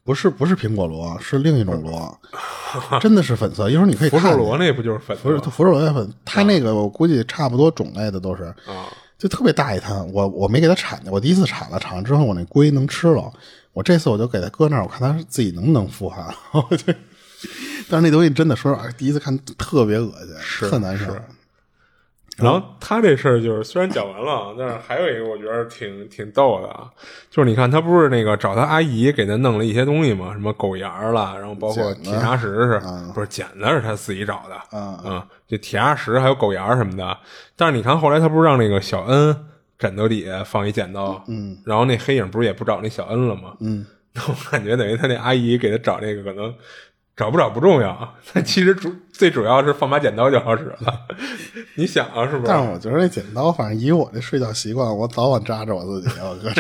S1: 不是不是苹果螺，是另一种 螺，真的是粉色。一会儿你 可以
S2: 福
S1: 看
S2: 寿
S1: 见
S2: 螺那不就是嗯粉的
S1: 不是
S2: 吗
S1: 福寿螺也粉，它那个我估计差不多种类的都是，
S2: 啊？
S1: 就特别大一滩，我我没给它铲去，我第一次铲了，铲完之后我那龟能吃了，我这次我就给它搁那儿，我看它自己能不能孵化。 我就，但是那东西真的说实话，第一次看特别恶心，特难受。啊
S2: 然后他这事儿就是虽然讲完了， 但是还有一个我觉得挺挺逗的啊，就是你看他不是那个找他阿姨给他弄了一些东西嘛，什么狗牙儿啦，然后包括
S1: 剪啊子
S2: 铁砂石是、不是剪子是他自己找的
S1: 嗯
S2: 嗯，这铁砂石还有狗牙儿什么的，但是你看后来他不是让那个小恩枕头底下放一剪刀，嗯，然后那黑影不是也不找那小恩了吗？
S1: 嗯，
S2: 那我感觉等于他那阿姨给他找那个可能找不找不重要，但其实主最主要是放把剪刀就好使了。 你想啊，是不
S1: 但
S2: 是？
S1: 是我觉得那剪刀，反正以我这睡觉习惯，我早晚扎着我 自己。我哥，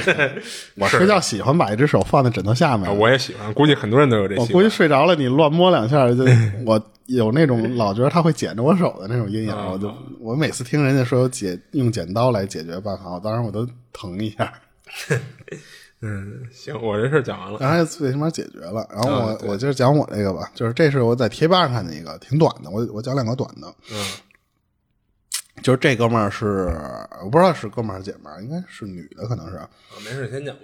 S1: 我睡觉喜欢把一只手放在枕头下面
S2: 啊，我也喜欢，估计很多人都有这
S1: 我
S2: 习
S1: 估计
S2: 惯。
S1: 睡着了，你乱摸两下， 就我有那种老觉得他会剪着我手的那种阴影，
S2: 啊
S1: 我就我每次听人家说有解用剪刀来解决办法，我当时我都疼一 下，
S2: 嗯，行，我这事儿讲完了。
S1: 然后就最起码解决了。然后我、
S2: 啊对
S1: 我接着讲我这个吧，就是这是我在贴吧上看见一个挺短的，我我讲两个短的，
S2: 嗯
S1: 就是这哥们儿是我不知道是哥们儿还是姐们儿，应该是女的可能是，
S2: 啊，没事，先讲吧。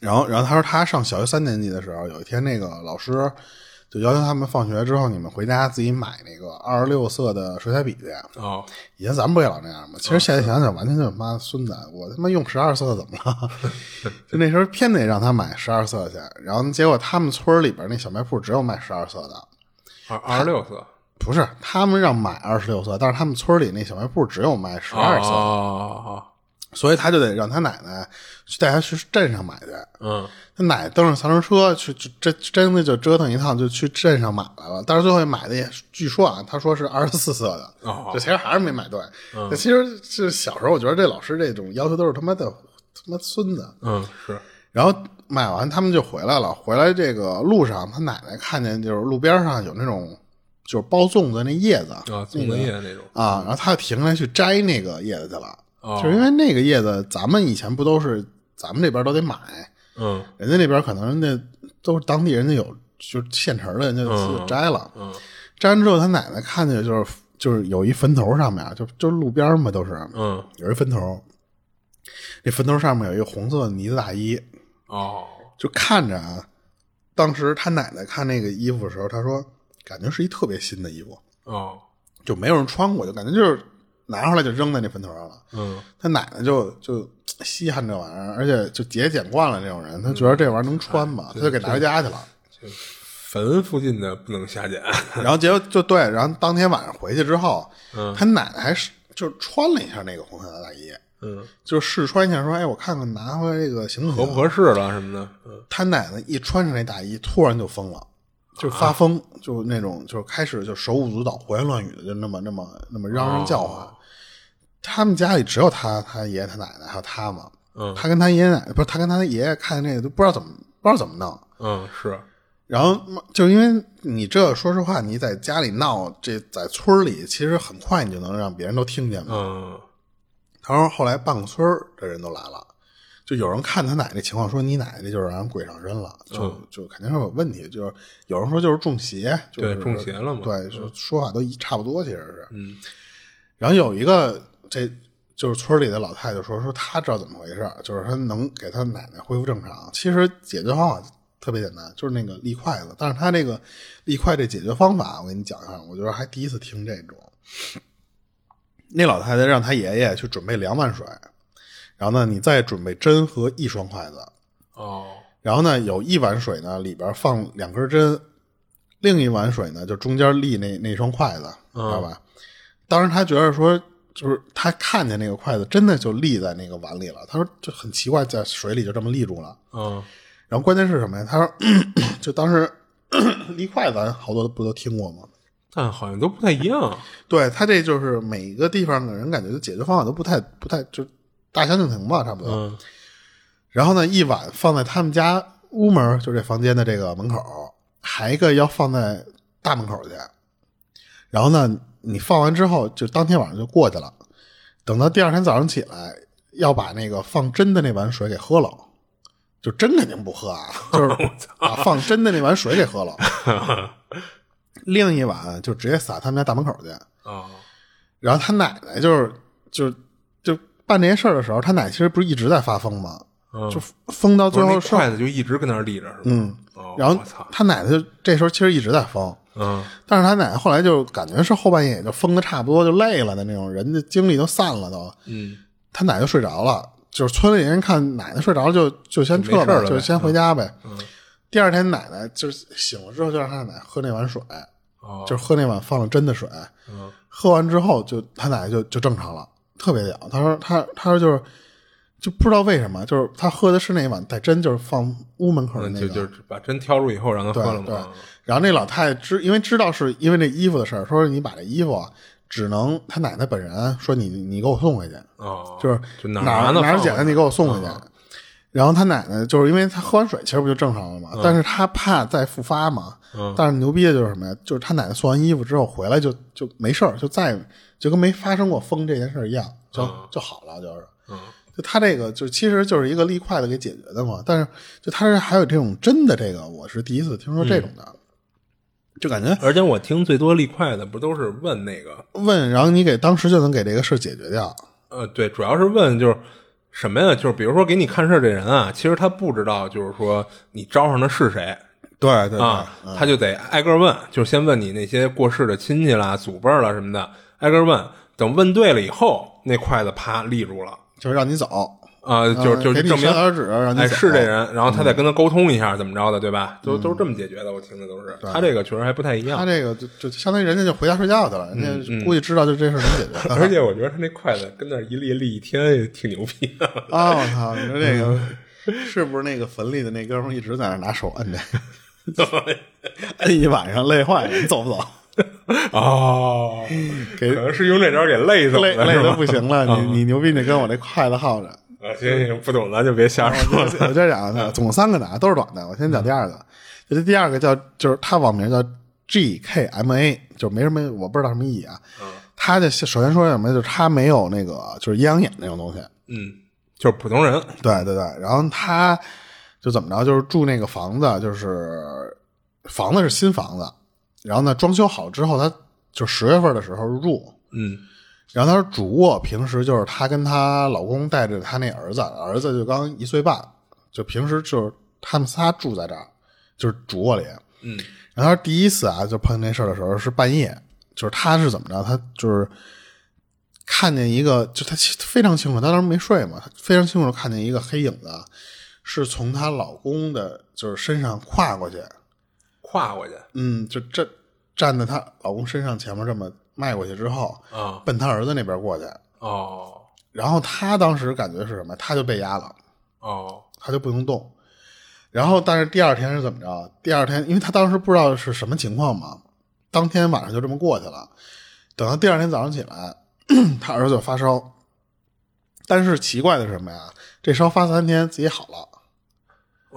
S1: 然后，然后他说他上小学三年级的时候，有一天那个老师就要求他们放学之后，你们回家自己买那个二十六色的水彩笔去。啊
S2: 哦，
S1: 以前咱们不也老那样吗？其实现在想想，完全就是妈孙子，我他妈用十二色怎么了？ 就那时候偏得让他买十二色去，然后结果他们村儿里边那小卖铺只有卖十二色的，
S2: 二二十六色，
S1: 不是他们让买二十六色，但是他们村儿里那小卖铺只有卖十二色，
S2: 哦
S1: 所以他就得让他奶奶去带他去镇上买去。
S2: 哦哦哦，
S1: 他奶蹬上三轮车去，这这真的就折腾一趟，就去镇上买来了。但是最后也买的也，据说啊，他说是二十四色的，
S2: 嗯，哦嗯
S1: 这其实还是没买对。那、其实是小时候，我觉得这老师这种要求都是他妈的他妈孙子。
S2: 嗯是，
S1: 然后买完他们就回来了，回来这个路上，他奶奶看见就是路边上有那种就是包粽子那叶子
S2: 啊，粽子叶的那种，
S1: 啊，然后他就停下来去摘那个叶子去了，
S2: 哦
S1: 就是因为那个叶子咱们以前不都是咱们这边都得买。
S2: 嗯
S1: 人家那边可能人家都是当地人家有就是现成的，人家
S2: 嗯
S1: 就摘了。
S2: 嗯
S1: 摘完之后，他奶奶看见就是就是有一坟头上面啊，就就是路边嘛，都是
S2: 嗯，
S1: 有一坟头，那坟头上面有一个红色的呢子大衣，
S2: 哦
S1: 就看着啊。当时他奶奶看那个衣服的时候，她说感觉是一特别新的衣服，
S2: 哦
S1: 就没有人穿过，就感觉就是拿出来就扔在那坟头上了。
S2: 嗯
S1: 他奶奶就就稀罕这玩意儿，而且就节俭惯了这种人，他觉得这玩意儿能穿嘛，他就给拿回家去了。
S2: 坟附近的不能下剪，
S1: 然后结果就对，然后当天晚上回去之后，
S2: 嗯
S1: 他奶奶还是就是穿了一下那个红色的大衣，
S2: 嗯，
S1: 就试穿一下，说：“哎，我看看拿回来这个行不
S2: 合
S1: 行？”
S2: 不合适了什么的，嗯。
S1: 他奶奶一穿上那大衣，突然就疯了，就发疯，就那种就是开始就手舞足蹈、胡言乱语的，就那么那么那么嚷嚷叫唤。他们家里只有他、他爷爷、他奶奶还有他嘛。
S2: 嗯
S1: 他跟他爷爷奶奶不是他跟他爷爷看那个都不知道怎么不知道怎么弄。
S2: 嗯，是，
S1: 然后妈就因为你这，说实话，你在家里闹，这在村儿里，其实很快你就能让别人都听见嘛。
S2: 嗯，
S1: 他说后来半个村儿的人都来了，就有人看他奶奶情况，说你奶奶就是让人鬼上身了，就、
S2: 嗯
S1: 就肯定是有问题。就是有人说就是中邪，就是
S2: 对中邪了嘛
S1: 对，说说法都一差不多，其实是。
S2: 嗯，
S1: 然后有一个这就是村里的老太太说说她知道怎么回事儿，就是她能给她奶奶恢复正常。其实解决方法特别简单，就是那个立筷子。但是它这个立筷这解决方法，我给你讲一下，我觉得还第一次听这种。那老太太让她爷爷去准备两碗水，然后呢，你再准备针和一双筷子，
S2: 哦，
S1: 然后呢，有一碗水呢里边放两根针，另一碗水呢就中间立那那双筷子，知道吧？当时他觉得说，就是他看见那个筷子真的就立在那个碗里了，他说就很奇怪，在水里就这么立住了。
S2: 嗯，
S1: 然后关键是什么呀？他说， 就当时 立筷子，好多不都听过吗？
S2: 但好像都不太一样。
S1: 对他这就是每一个地方的人感觉解决方法都不太不太，就大相径庭吧，差不多。
S2: 嗯
S1: 然后呢，一碗放在他们家屋门儿，就这房间的这个门口儿，还一个要放在大门口儿去。然后呢，你放完之后，就当天晚上就过去了。等到第二天早上起来，要把那个放针的那碗水给喝了，就针肯定不喝啊，就是把放针的那碗水给喝了。另一碗就直接撒他们家大门口儿去。
S2: 啊
S1: 然后他奶奶就是就是就办这些事儿的时候，他奶其实不是一直在发疯吗？
S2: 嗯，
S1: 就疯到最
S2: 不是
S1: 后
S2: 那
S1: 剩
S2: 筷子就一直跟那儿立着，是吧？
S1: 嗯，
S2: 哦，
S1: 然后
S2: 我操，
S1: 他奶奶就这时候其实一直在疯，
S2: 嗯
S1: 但是他奶奶后来就感觉是后半夜也就疯的差不多就累了的那种，人的精力都散了都，
S2: 嗯
S1: 他奶奶就睡着了，就是村里人看奶奶睡着了就就先撤
S2: 就没事
S1: 呗
S2: 了呗
S1: 就先回家呗。
S2: 嗯
S1: 第二天奶奶就是醒了之后就让他奶奶喝那碗水，
S2: 哦，
S1: 就是喝那碗放了真的水，
S2: 嗯
S1: 喝完之后就他奶奶就就正常了，特别屌。他说他他说就是。就不知道为什么，就是他喝的是那一碗带针，就是放屋门口的
S2: 嗯
S1: 那
S2: 就
S1: 个，
S2: 就是把针挑出以后让他喝了
S1: 对对
S2: 嘛。
S1: 然后那老太太知，因为知道是因为这衣服的事儿，说你把这衣服啊只能他奶奶本人啊说你你给我送回去，
S2: 哦，
S1: 就是
S2: 就
S1: 哪
S2: 拿
S1: 儿哪
S2: 儿
S1: 儿捡的你给我送回去。然后他奶奶就是因为他喝完水其实不就正常了嘛，但是他怕再复发嘛。
S2: 嗯
S1: 但是牛逼的就是什么呀？就是他奶奶送完衣服之后回来就就没事儿，就再就跟没发生过疯这件事儿一样，就、就好了，就是。
S2: 嗯
S1: 就他这个，就其实就是一个立筷子给解决的嘛。但是，就他是还有这种真的这个，我是第一次听说这种的，就感觉
S2: 而且我听最多立筷子不都是问那个
S1: 问，然后你给当时就能给这个事儿解决掉。
S2: 呃，对，主要是问就是什么呀？就是比如说给你看事儿这人啊，其实他不知道，就是说你招上的是谁
S1: 对对
S2: 啊，他就得挨个儿问，就是先问你那些过世的亲戚啦、祖辈儿啦什么的，挨个儿问。等问对了以后，那筷子啪立住了
S1: 就是让你走，
S2: 啊、就
S1: 嗯
S2: 就
S1: 给
S2: 是
S1: 你
S2: 证明
S1: 扇点纸，让你哦嗯走。
S2: 哎是这人，然后他再跟他沟通一下，怎么着的，对吧？都都是这么解决的，我听的都是。他这个确实还不太一
S1: 嗯他
S2: 样，
S1: 这个就就相当于人家就回家睡觉去了，
S2: 嗯
S1: 人家估计知道就这事儿能解 决。
S2: 而且我觉得他那筷子跟那儿一立立一天也挺牛逼的。
S1: 啊，我操！你说这个是不是那个坟里的那哥们儿一直在那拿手摁着，摁一晚上累坏了，你走不走？
S2: 哦，
S1: 给
S2: 可能是用这招给 累走
S1: 累
S2: 的，
S1: 累
S2: 是
S1: 的
S2: 吧嗯
S1: 不行 了，你你牛逼，你跟我这筷子耗着。
S2: 啊，行行行，不懂咱就别瞎说
S1: 我
S2: 了。
S1: 先我这讲的，总共三个呢，都是短的。我先讲第二个，这第二个叫就是他网名叫 G K M A，就没什么，我不知道什么意义啊。
S2: 嗯
S1: 他的首先说什么，就是他没有那个就是阴阳眼那种东西。
S2: 嗯，就是普通人，
S1: 对对对，然后他就怎么着，就是住那个房子，就是房子是新房子，然后呢装修好之后，他就十月份的时候入住。
S2: 嗯
S1: 然后他说主卧平时就是她跟她老公带着她那儿子，儿子就刚一岁半，就平时就是他们仨住在这儿，就是主卧里。
S2: 嗯
S1: 然后他第一次啊，就碰见这事儿的时候是半夜，就是他是怎么着？他就是看见一个，就他其非常清楚，他当时没睡嘛，他非常清楚地看见一个黑影子，是从她老公的就是身上跨过去，
S2: 跨过去
S1: 嗯，就这站在她老公身上前面这么迈过去之后，
S2: 啊，
S1: 奔她儿子那边过去。
S2: 哦
S1: 然后他当时感觉是什么？他就被压了，
S2: 哦，
S1: 他就不能动。然后，但是第二天是怎么着？第二天，因为他当时不知道是什么情况嘛，当天晚上就这么过去了。等到第二天早上起来， 他儿子就发烧，但是奇怪的是什么呀？这烧发三天自己好了，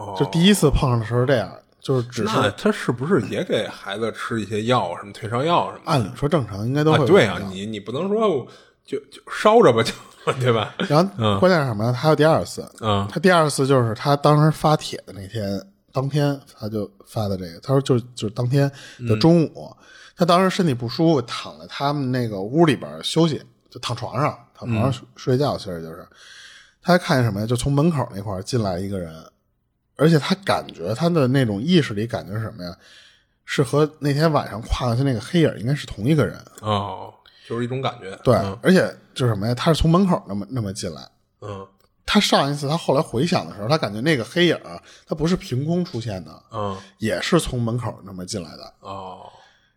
S2: 哦
S1: 就第一次碰上的时候这样，就是只
S2: 那
S1: 是
S2: 他是不是也给孩子吃一些药，啊什么退烧药什么
S1: 按理说正常应该都
S2: 的？
S1: 会、
S2: 啊，对啊，你你不能说我就就烧着吧，就 对吧？
S1: 然后关键是什么呀？他有第二次，
S2: 嗯
S1: 他第二次就是他当时发帖的那天，当天他就发的这个，他说就就是当天的中午，他当时身体不舒服，躺在他们那个屋里边休息，就躺床上，躺床上睡睡觉，其实就是他还看见什么呀？就从门口那块儿进来一个人，而且他感觉他的那种意识里感觉是什么呀？是和那天晚上跨过去那个黑影应该是同一个人。
S2: 哦，就是一种感觉。
S1: 对，
S2: 嗯
S1: 而且就是什么呀？他是从门口那么那么进来。
S2: 嗯
S1: 他上一次他后来回想的时候，他感觉那个黑影他不是凭空出现的，
S2: 嗯
S1: 也是从门口那么进来的。
S2: 哦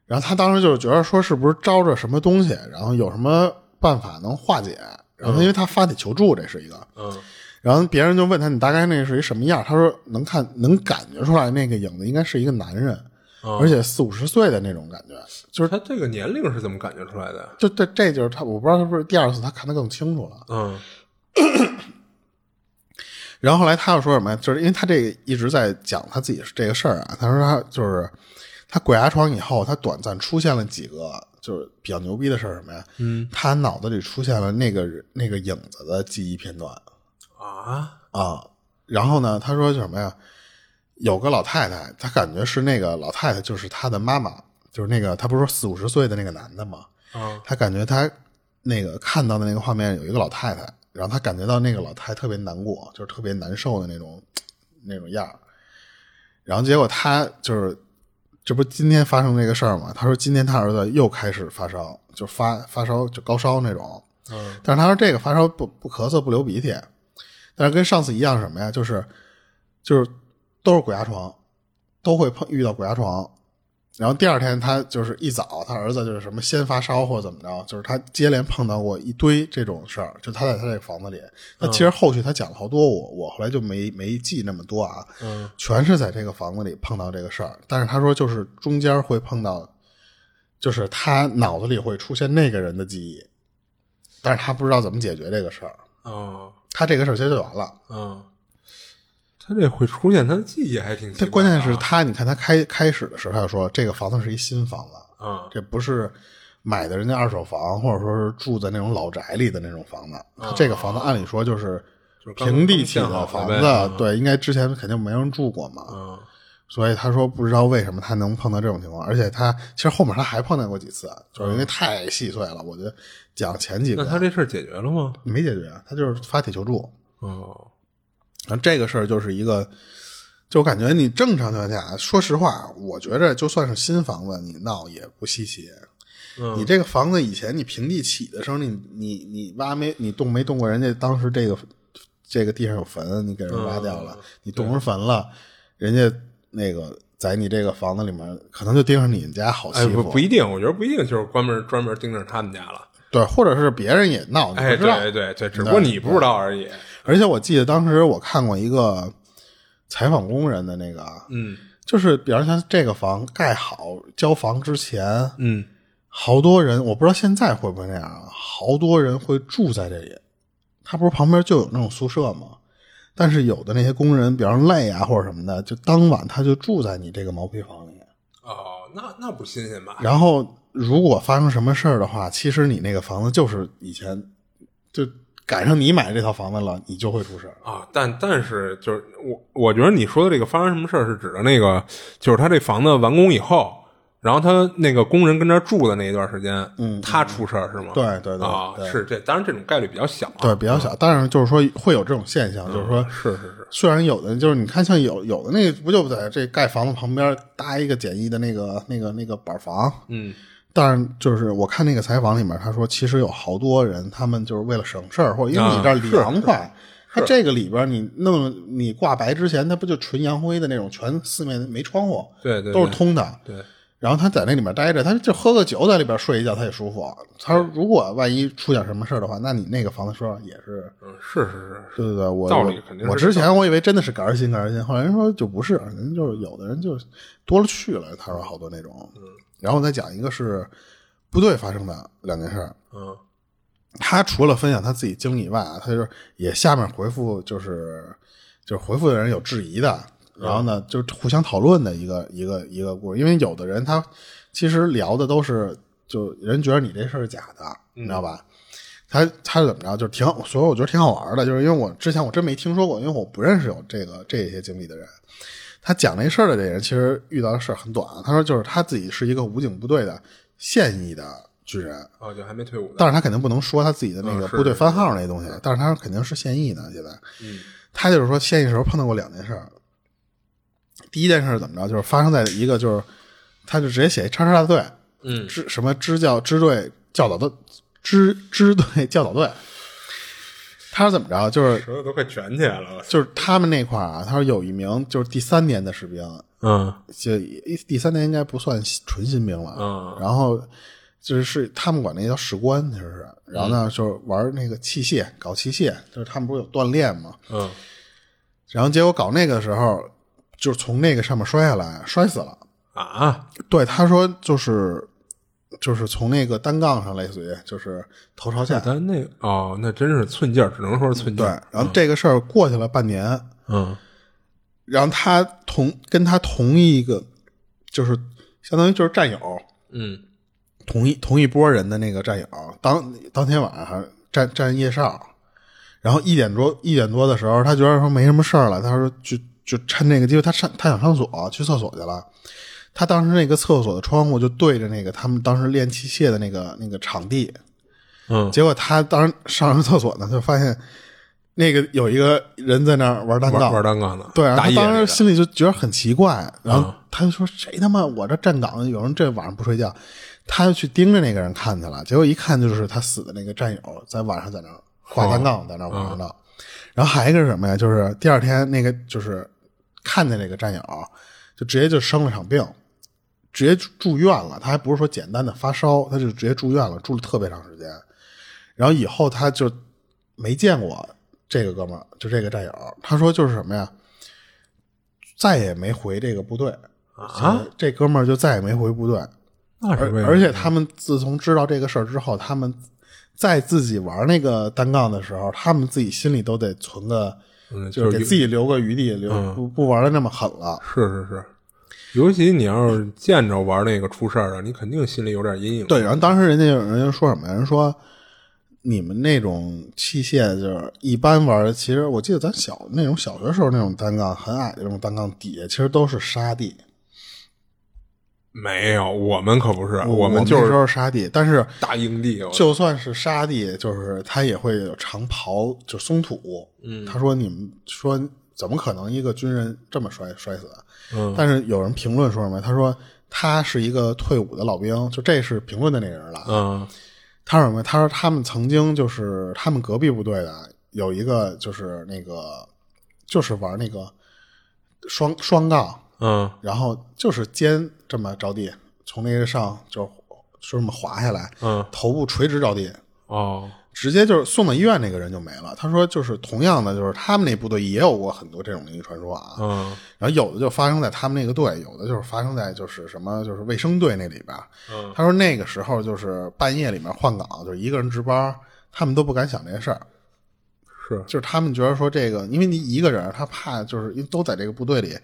S1: 然后他当时就是觉得说是不是招着什么东西，然后有什么办法能化解。然后因为他发起求助，这是一个。
S2: 嗯
S1: 然后别人就问他你大概那是一什么样？他说能看能感觉出来那个影子应该是一个男人，
S2: 嗯，
S1: 而且四五十岁的那种感觉。
S2: 就是他这个年龄是怎么感觉出来的？
S1: 就对，这就是他，我不知道是不是第二次他看得更清楚了。
S2: 嗯
S1: 然后后来他又说什么呀？就是因为他这个一直在讲他自己这个事儿啊，他说他就是他鬼压床以后，他短暂出现了几个就是比较牛逼的事儿什么呀？
S2: 嗯
S1: 他脑子里出现了那个那个影子的记忆片段
S2: 啊
S1: 啊。然后呢，他说什么呀？有个老太太，他感觉是那个老太太就是他的妈妈，就是那个他不是说四五十岁的那个男的吗？
S2: 啊
S1: 他感觉他那个看到的那个画面有一个老太太，然后他感觉到那个老太太特别难过，就是特别难受的那种那种样儿然后结果他就是，这不今天发生这个事儿嘛？他说今天他儿子又开始发烧，就发发烧就高烧那种。
S2: 嗯
S1: 但是他说这个发烧不不咳嗽不流鼻涕，但是跟上次一样是什么呀？就是就是都是鬼压床，都会碰遇到鬼压床。然后第二天他就是一早，他儿子就是什么先发烧或者怎么着，就是他接连碰到过一堆这种事儿，就他在他这个房子里。那其实后续他讲了好多我，我后来就没没记那么多啊，
S2: 嗯
S1: 全是在这个房子里碰到这个事儿。但是他说就是中间会碰到，就是他脑子里会出现那个人的记忆，但是他不知道怎么解决这个事儿。
S2: 哦
S1: 他这个事儿解决完了，
S2: 嗯，他这会出现他的记忆还挺奇
S1: 他
S2: 怪啊。
S1: 关键是他，你看他开开始的时候，他就说这个房子是一新房子，
S2: 啊
S1: 这不是买的人家二手房，或者说是住在那种老宅里的那种房子。他这个房子按理说就是
S2: 啊就是刚
S1: 平地起
S2: 刚建好
S1: 的
S2: 的
S1: 房
S2: 呗啊
S1: 子，对，应该之前肯定没人住过嘛。
S2: 嗯
S1: 所以他说不知道为什么他能碰到这种情况，而且他其实后面他还碰到过几次，就是因为太细碎了。我觉得讲前几
S2: 嗯那
S1: 个
S2: 他这事儿解决了吗？
S1: 没解决，他就是发帖求助。
S2: 哦，
S1: 然后这个事儿就是一个，就我感觉你正常情况下，说实话，我觉着就算是新房子，你闹也不稀奇。
S2: 嗯
S1: 你这个房子以前你平地起的时候，你你你挖没你动没动过人家当时这个这个地上有坟，你给人挖掉了，
S2: 嗯
S1: 你动人坟了，人家那个在你这个房子里面可能就盯上你们家好
S2: 哎，
S1: 欺
S2: 不
S1: 负，
S2: 不一定，我觉得不一定，就是关门专门盯着他们家了。
S1: 对，或者是别人也闹，你
S2: 哎，
S1: 不知道。
S2: 对对对，只不过你不知道而已。
S1: 而且我记得当时我看过一个采访工人的那个，啊
S2: 嗯
S1: 就是比方像这个房盖好交房之前，
S2: 嗯，
S1: 好多人，我不知道现在会不会那样啊，好多人会住在这里。他不是旁边就有那种宿舍吗？但是有的那些工人，比方说累啊或者什么的，就当晚他就住在你这个毛坯房里。
S2: 哦，那那不新鲜吧？
S1: 然后如果发生什么事儿的话，其实你那个房子就是以前就赶上你买这套房子了，你就会出事儿。
S2: 啊，但但是就是我，我觉得你说的这个发生什么事儿是指的那个，就是他这房子完工以后，然后他那个工人跟这儿住的那一段时间，
S1: 嗯
S2: 他出事儿是吗？
S1: 对对对
S2: 啊，
S1: 对
S2: 是这，当然这种概率比较小、啊，
S1: 对，比较小，但是就是说会有这种现象，就是说
S2: 是是是，
S1: 虽然有的就是你看，像有有的那不就在这盖房子旁边搭一个简易的那个那个那个板房，
S2: 嗯
S1: 但是就是我看那个采访里面，他说其实有好多人他们就是为了省事儿，或者因为
S2: 啊
S1: 你这儿凉快，它这个里边你弄你挂白之前，它不就纯洋灰的那种，全四面没窗户，
S2: 对对对
S1: 都是通的。
S2: 对，
S1: 然后他在那里面待着，他就喝个酒在里边睡一觉，他也舒服。他说如果万一出点什么事儿的话，那你那个房子说也是
S2: 嗯，是是是是，
S1: 对对对，我
S2: 道理肯定是
S1: 我。我之前我以为真的是赶儿心赶儿心，后来人说就不是，人就是有的人就多了去了。他说好多那种，
S2: 嗯
S1: 然后再讲一个是部队发生的两件事儿。
S2: 嗯
S1: 他除了分享他自己经历以外啊，他就是也下面回复就是就是回复的人有质疑的，然后呢就互相讨论的一个一个一个故事，因为有的人他其实聊的都是就人觉得你这事儿是假的，你知道吧？他他是怎么着？就是挺好，所以我觉得挺好玩的，就是因为我之前我真没听说过，因为我不认识有这个这些经历的人。他讲那事儿的这人，其实遇到的事儿很短啊。他说就是他自己是一个武警部队的现役的军人，
S2: 哦，就还没退伍呢，
S1: 但是他肯定不能说他自己的那
S2: 嗯
S1: 个
S2: 是嗯
S1: 部队番号那东西，但是他肯定是现役呢。现在，他就是说现役时候碰到过两件事儿，第一件事是怎么着？就是发生在一个就是，他就直接写一叉叉大队，
S2: 嗯
S1: 支什么支教支队教导队支支队教导队，他是怎么着？就是
S2: 舌头都快卷起来了。我操
S1: 就是他们那块儿啊，他说有一名就是第三年的士兵，
S2: 嗯
S1: 就一第三年应该不算纯新兵了，啊
S2: 嗯
S1: 然后就是是他们管那叫士官，其实是，然后呢就是玩那个器械，搞器械，就是他们不是有锻炼嘛，
S2: 嗯
S1: 然后结果搞那个的时候，就是从那个上面摔下来，摔死了。
S2: 啊
S1: 对，他说就是就是从那个单杠上，类似于就是头朝下。
S2: 咱那哦，那真是寸劲儿，只能说是寸劲
S1: 对
S2: 儿。，
S1: 然后这个事儿过去了半年，
S2: 嗯
S1: 然后他同跟他同一个，就是相当于就是战友，
S2: 嗯
S1: 同一同一波人的那个战友，当当天晚上还站站夜哨，然后一点多一点多的时候，他觉得说没什么事儿了，他说就就趁那个机会，他上他想上所去厕所去了。他当时那个厕所的窗户就对着那个他们当时练器械的那个那个场地，
S2: 嗯
S1: 结果他当时上完厕所呢，就发现那个有一个人在那儿玩单杠
S2: 玩，玩单杠的，嗯
S1: 对，然后
S2: 打
S1: 他
S2: 野
S1: 当时
S2: 里
S1: 心里就觉得很奇怪，然后他就说：“谁他妈我这站岗有人这晚上不睡觉？”他就去盯着那个人看去了，结果一看就是他死的那个战友在晚上在那儿挂单杠，在那儿玩呢。
S2: 嗯
S1: 然后还有一个是什么呀？就是第二天那个就是看见那个战友，就直接就生了场病，直接住院了。他还不是说简单的发烧，他就直接住院了，住了特别长时间。然后以后他就没见过这个哥们儿，就这个战友。他说就是什么呀，再也没回这个部队
S2: 的
S1: 所
S2: 啊，
S1: 以这哥们儿就再也没回部队。
S2: 那是为
S1: 而而且他们自从知道这个事儿之后，他们在自己玩那个单杠的时候，他们自己心里都得存个，
S2: 嗯
S1: 就是
S2: 就是嗯
S1: 给自己留个余地，留不不玩的那么狠了。
S2: 是是是，尤其你要是见着玩那个出事儿的，你肯定心里有点阴影。
S1: 对，然后当时人家有人就说什么呀？人说你们那种器械就是一般玩的，其实我记得咱小那种小学时候那种单杠很矮的那种单杠底下其实都是沙地，
S2: 没有，我们可不是，
S1: 我
S2: 们
S1: 们
S2: 就
S1: 那时
S2: 是
S1: 候沙地，但是
S2: 大营地。我
S1: 就算是沙地，就是它也会有长袍，就松土。
S2: 嗯
S1: 他说你们说怎么可能一个军人这么摔摔死？啊
S2: 嗯
S1: 但是有人评论说什么？他说他是一个退伍的老兵，就这是评论的那人了。
S2: 嗯
S1: 他说什么？他说他们曾经就是他们隔壁部队的有一个就是那个就是玩那个双双杠，
S2: 嗯
S1: 然后就是肩这么着地，从那个上就是就这么滑下来，
S2: 嗯
S1: 头部垂直着地，
S2: 哦
S1: 直接就是送到医院那个人就没了。他说就是同样的，就是他们那部队也有过很多这种灵异传说啊。
S2: 嗯
S1: 然后有的就发生在他们那个队，有的就是发生在就是什么就是卫生队那里边。
S2: 嗯
S1: 他说那个时候就是半夜里面换岗，就是一个人值班，他们都不敢想这些事儿。
S2: 是
S1: 就是他们觉得说这个，因为你一个人，他怕就是因为都在这个部队里，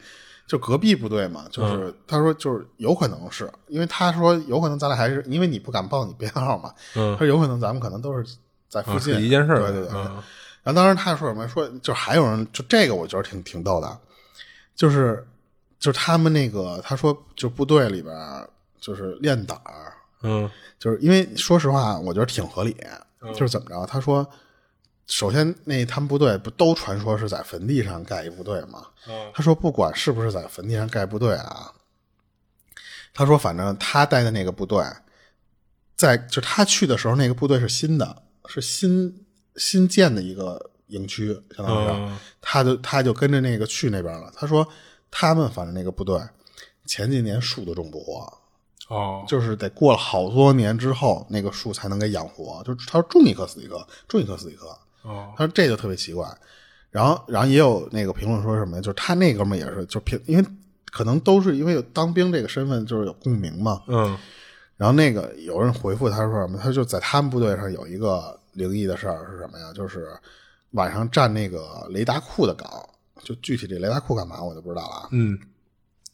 S1: 就隔壁部队嘛，
S2: 嗯
S1: 就是、他说就是有可能是因为他说有可能咱俩还是因为你不敢报你编号嘛，
S2: 嗯
S1: 他说有可能咱们可能都是在附
S2: 啊
S1: 近、
S2: 是一件事儿。
S1: 对对对。
S2: 嗯
S1: 然后当时他说什么说就是还有人就这个我觉得挺挺逗的，就是就是他们那个他说就部队里边儿就是练胆儿，
S2: 嗯
S1: 就是因为说实话，我觉得挺合理。就是怎么着？他说，首先那他们部队不都传说是在坟地上盖一部队吗？
S2: 嗯
S1: 他说，不管是不是在坟地上盖部队啊，他说，反正他带的那个部队，在就他去的时候，那个部队是新的，是新新建的一个营区，相当于是。
S2: 嗯
S1: 他就他就跟着那个去那边了。他说，他们反正那个部队前几年树都种不活，
S2: 哦
S1: 就是得过了好多年之后，那个树才能给养活。就是他说种一棵死一棵，种一棵死一棵。
S2: 哦
S1: 他说这就特别奇怪。然后，然后也有那个评论说什么呀？就是他那哥们儿也是，就平因为可能都是因为有当兵这个身份就是有共鸣嘛。
S2: 嗯
S1: 然后那个有人回复他说什么？他就在他们部队上有一个灵异的事儿是什么呀？就是晚上站那个雷达库的岗，就具体这雷达库干嘛我就不知道了啊。
S2: 嗯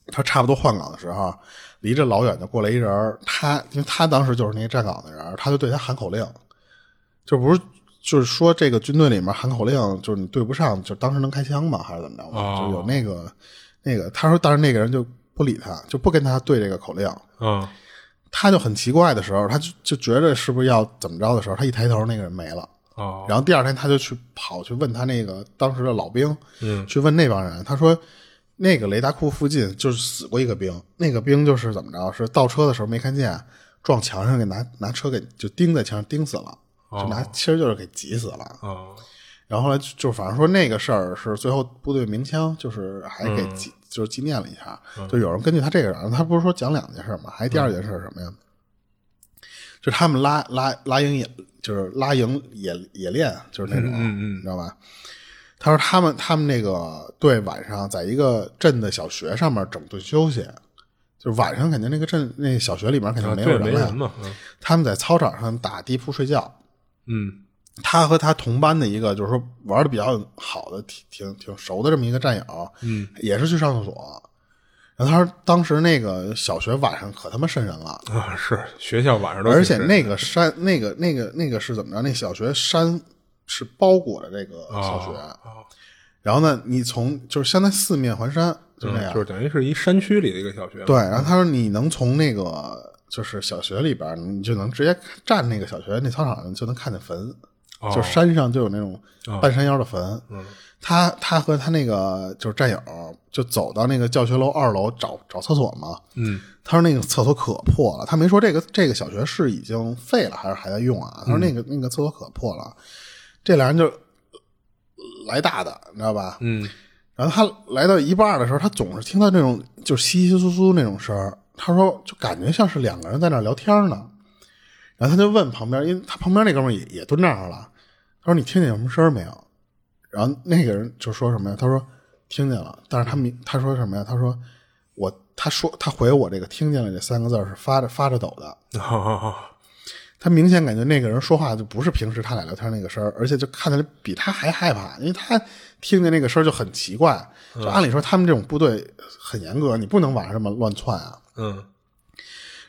S1: 他差不多换岗的时候，离着老远就过来一人儿，他因为他当时就是那个站岗的人儿，他就对他喊口令，就不是就是说这个军队里面喊口令，就是你对不上，就当时能开枪吗？还是怎么着？
S2: 哦
S1: 就有那个那个，他说当时那个人就不理他，就不跟他对这个口令。
S2: 嗯
S1: 他就很奇怪的时候，他就就觉得是不是要怎么着的时候，他一抬头，那个人没了。
S2: 哦
S1: 然后第二天他就去跑去问他那个当时的老兵，
S2: 嗯
S1: 去问那帮人，他说那个雷达库附近就是死过一个兵，那个兵就是怎么着，是倒车的时候没看见，撞墙上给拿拿车给就钉在墙上钉死了，就
S2: 哦
S1: 拿、其实就是给急死了。
S2: 啊，
S1: 然后后来就就反正说那个事儿是最后部队鸣枪，就是还给
S2: 嗯
S1: 纪、就是纪念了一下，就有人根据他这个，然后他不是说讲两件事嘛，还第二件事是什么呀？就是他们拉拉拉营野，就是拉营野野练，就是
S2: 嗯
S1: 那种，你知道吧？他说他们他们那个队晚上在一个镇的小学上面整顿休息，就是晚上肯定那个镇那小学里面肯定没有
S2: 啊对，没
S1: 人了呀，
S2: 人嘛，嗯
S1: 他们在操场上打地铺睡觉，
S2: 嗯
S1: 他和他同班的一个，就是说玩的比较好的、挺挺挺熟的这么一个战友，嗯，也是去上厕所。然后他说，当时那个小学晚上可他妈瘆人了，
S2: 啊，是学嗯校晚上都
S1: 而且
S2: 挺
S1: 那个山，那个那个那个是怎么着？那小学山是包裹着这个小学，
S2: 哦
S1: 然后呢，你从就是相当于四面环山，就那样。
S2: 嗯就是等于是一山区里的一个小学嘛，
S1: 对，然后他说你能从那个就是小学里边，你就能直接站那个小学那操场上就能看见坟，
S2: 哦嗯
S1: 就山上就有那种半山腰的坟。他他和他那个就是战友就走到那个教学楼二楼找找厕所嘛。
S2: 嗯，
S1: 他说那个厕所可破了，他没说这个这个小学是已经废了还是还在用啊？
S2: 嗯
S1: 他说那个、那个厕所可破了，这俩人就来大的，你知道吧？
S2: 嗯
S1: 然后他来到一半的时候，他总是听到那种就稀稀疏疏那种声儿。他说，就感觉像是两个人在那儿聊天呢。然后他就问旁边，因为他旁边那哥们儿也也蹲那儿了。他说：“你听见有什么声儿没有？”然后那个人就说什么呀？他说：“听见了。”但是他明他说什么呀？他说：“我他说他回我这个听见了这三个字儿是发着发着抖的。”
S2: 啊啊
S1: 他明显感觉那个人说话就不是平时他俩聊天那个声儿，而且就看起来比他还害怕，因为他听见那个声儿就很奇怪。就按理说他们这种部队很严格，你不能晚上这么乱窜啊。
S2: 嗯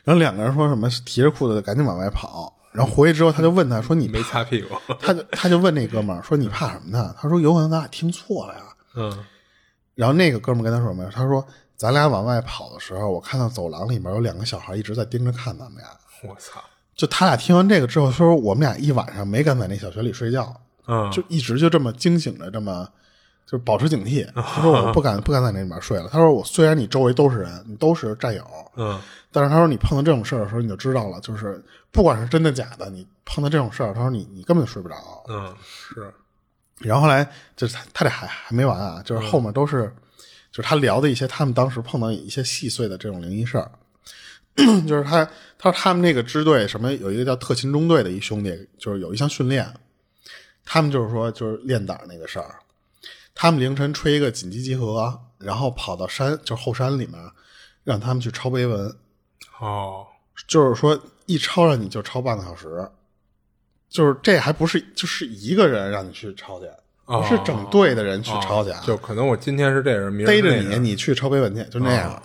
S1: 然后两个人说什么提着裤子赶紧往外跑，然后回去之后他就问他说你
S2: 没
S1: 怕，
S2: 擦屁股，
S1: 他就他就问那哥们儿说你怕什么呢？他说有可能咱俩听错了呀。
S2: 嗯
S1: 然后那个哥们儿跟他说什么呀？他说咱俩往外跑的时候，我看到走廊里面有两个小孩一直在盯着看咱们俩。
S2: 我操，
S1: 就他俩听完这个之后，说我们俩一晚上没敢在那小学里睡觉，
S2: 嗯
S1: 就一直就这么惊醒着，这么就保持警惕。他说我不敢不敢在那里面睡了。他说我虽然你周围都是人，你都是战友，
S2: 嗯
S1: 但是他说你碰到这种事儿的时候，你就知道了，就是不管是真的假的，你碰到这种事儿，他说你你根本就睡不着。
S2: 嗯是
S1: 然后后来就是他他俩还还没完啊，就是后面都是就是他聊的一些他们当时碰到一些细碎的这种灵异事儿， 就是他他说他们那个支队什么有一个叫特勤中队的一兄弟，就是有一项训练，他们就是说就是练胆儿那个事儿，他们凌晨吹一个紧急集合，然后跑到山就是后山里面，让他们去抄碑文，
S2: 哦
S1: 就是说一抄上你就抄半个小时，就是这还不是就是一个人让你去抄去，
S2: 哦
S1: 不是整队的人去抄去啊，
S2: 就可能我今天是这人，明儿
S1: 逮
S2: 是
S1: 着
S2: 那
S1: 你
S2: 人
S1: 你去抄碑文去，就那样。
S2: 啊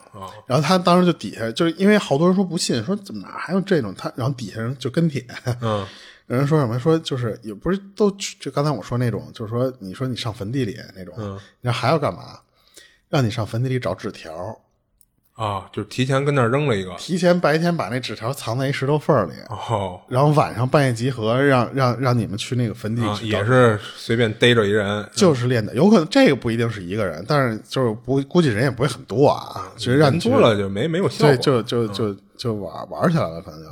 S1: 然后他当时就底下就是因为好多人说不信，说怎么哪还有这种他，然后底下人就跟帖，
S2: 嗯
S1: 有人说什么说就是也不是都去就刚才我说那种，就是说你说你上坟地里那种，
S2: 嗯
S1: 然后还要干嘛？让你上坟地里找纸条，
S2: 啊，就提前跟那儿扔了一个
S1: 提前白天把那纸条藏在一石头缝儿里，
S2: 哦。
S1: 然后晚上半夜集合，让让让你们去那个坟地
S2: 啊，
S1: 去找、
S2: 也是随便逮着一人，
S1: 就是练的，有可能这个不一定是一个人，但是就是不估计人也不会很多啊，只是让你
S2: 嗯人
S1: 去
S2: 多了嗯就没没有效果。
S1: 对，就就就就玩玩起来了，反正就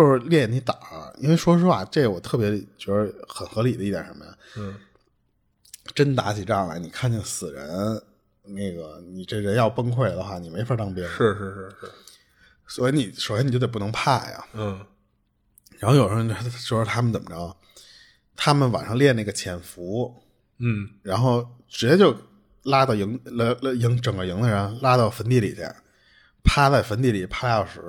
S1: 就是练你胆儿。因为说实话，这我特别觉得很合理的一点是什么呀？
S2: 嗯，
S1: 真打起仗来，你看见死人，那个你这人要崩溃的话，你没法当兵。，
S2: 是是是是，
S1: 所以你首先你就得不能怕呀。
S2: 嗯
S1: 然后有时候就说他们怎么着，他们晚上练那个潜伏，
S2: 嗯
S1: 然后直接就拉到营来来营整个营的人拉到坟地里去，趴在坟地里趴俩小时。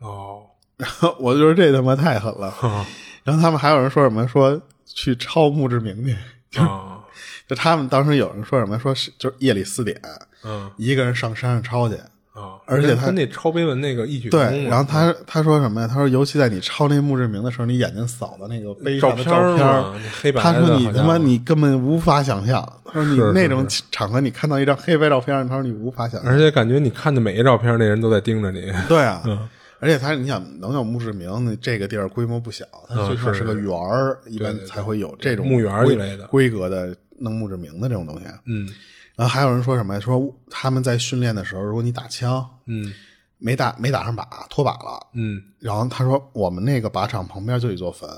S2: 哦，
S1: 我就说这他妈太狠了。 然后他们还有人说什么说去抄墓志铭去，
S2: 啊，
S1: 就他们当时有人说什么说是就是夜里四点
S2: 嗯
S1: 一个人上山上抄去。
S2: 啊，
S1: 而且
S2: 跟
S1: 他
S2: 跟那抄碑文那个异曲同
S1: 对，然
S2: 工啊嘛
S1: 后他他说什么呀？他说，尤其在你抄那墓志铭的时候，你眼睛扫到那个碑上的
S2: 照
S1: 照
S2: 片儿
S1: 片
S2: 嘛
S1: 儿
S2: 那，黑白
S1: 他
S2: 的
S1: 说你
S2: 好
S1: 他
S2: 家
S1: 妈
S2: 伙
S1: 你根本无法想象。他说你
S2: 是是
S1: 那种场合，你看到一张黑白照片，他说你无法想象。
S2: 而且感觉你看的每一照片，那人都在盯着你。
S1: 对啊，
S2: 嗯
S1: 而且他你想能有墓志铭，那这个地儿规模不小，它
S2: 嗯
S1: 最少是个园儿，一般才会有这种
S2: 墓园儿一
S1: 规
S2: 类的
S1: 规格的弄墓志铭的这种东西。
S2: 嗯
S1: 然后还有人说什么呀？说他们在训练的时候，如果你打枪
S2: 嗯
S1: 没打没打上靶，脱靶了，
S2: 嗯
S1: 然后他说我们那个靶场旁边就有一座坟，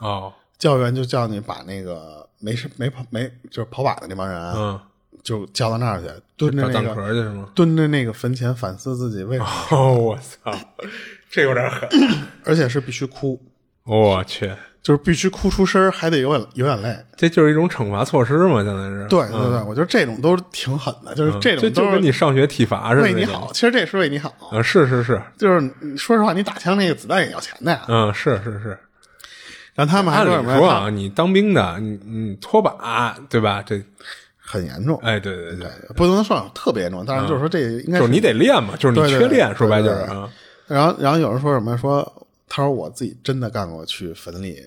S2: 哦
S1: 教员就叫你把那个没事没跑没就是跑靶的那帮人、啊
S2: 嗯，
S1: 就叫到那儿去，蹲着
S2: 找
S1: 那
S2: 蛋
S1: 个
S2: 壳去是吗？
S1: 蹲着那个坟前反思自己为啥，
S2: 哦，我操，这有点 狠。
S1: 而且是必须哭，
S2: 我去，
S1: 就是必须哭出声儿，还得有眼有眼泪。
S2: 这就是一种惩罚措施嘛，相当于是。嗯
S1: 对对对，我觉得这种都是挺狠的，就是这
S2: 这
S1: 种
S2: 嗯就
S1: 都是
S2: 跟你上学体罚似的。
S1: 为你好，。其实这也是为你好。
S2: 啊，是是是，
S1: 就是你说实话，你打枪那个子弹也要钱的呀。
S2: 嗯，是是是。
S1: 然后他们还
S2: 按
S1: 说什
S2: 理
S1: 么呀
S2: 说啊，你当兵的，你你拖把，对吧？这，
S1: 很严重，
S2: 哎，对对对，
S1: 不能说特别严重，但是就是说这应该
S2: 就是嗯你得练嘛，就是你
S1: 对对
S2: 缺练，
S1: 对
S2: 说白就是
S1: 对
S2: 啊，
S1: 然后，然后有人说什么？说他说我自己真的干过去坟里，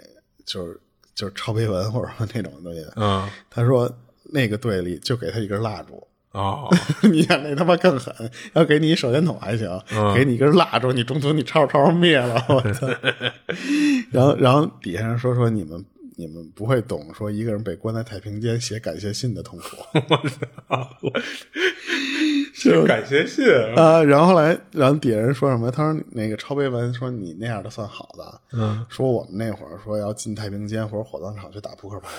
S1: 就是就是抄碑文或者说那种东西的。
S2: 嗯，
S1: 他说那个队里就给他一根蜡烛，
S2: 哦，
S1: 你想那他妈更狠，要给你一手电筒还行，给你一根蜡烛，你中途你抄着抄着灭了，我操！然后然后底下人说说你们你们不会懂，说一个人被关在太平间写感谢信的痛苦。
S2: 这哦感谢信，
S1: 啊，然后后来，然后底下人说什么？他说那个超碑文说你那样的算好的，嗯，说我们那会儿说要进太平间或者火葬场去打扑克牌，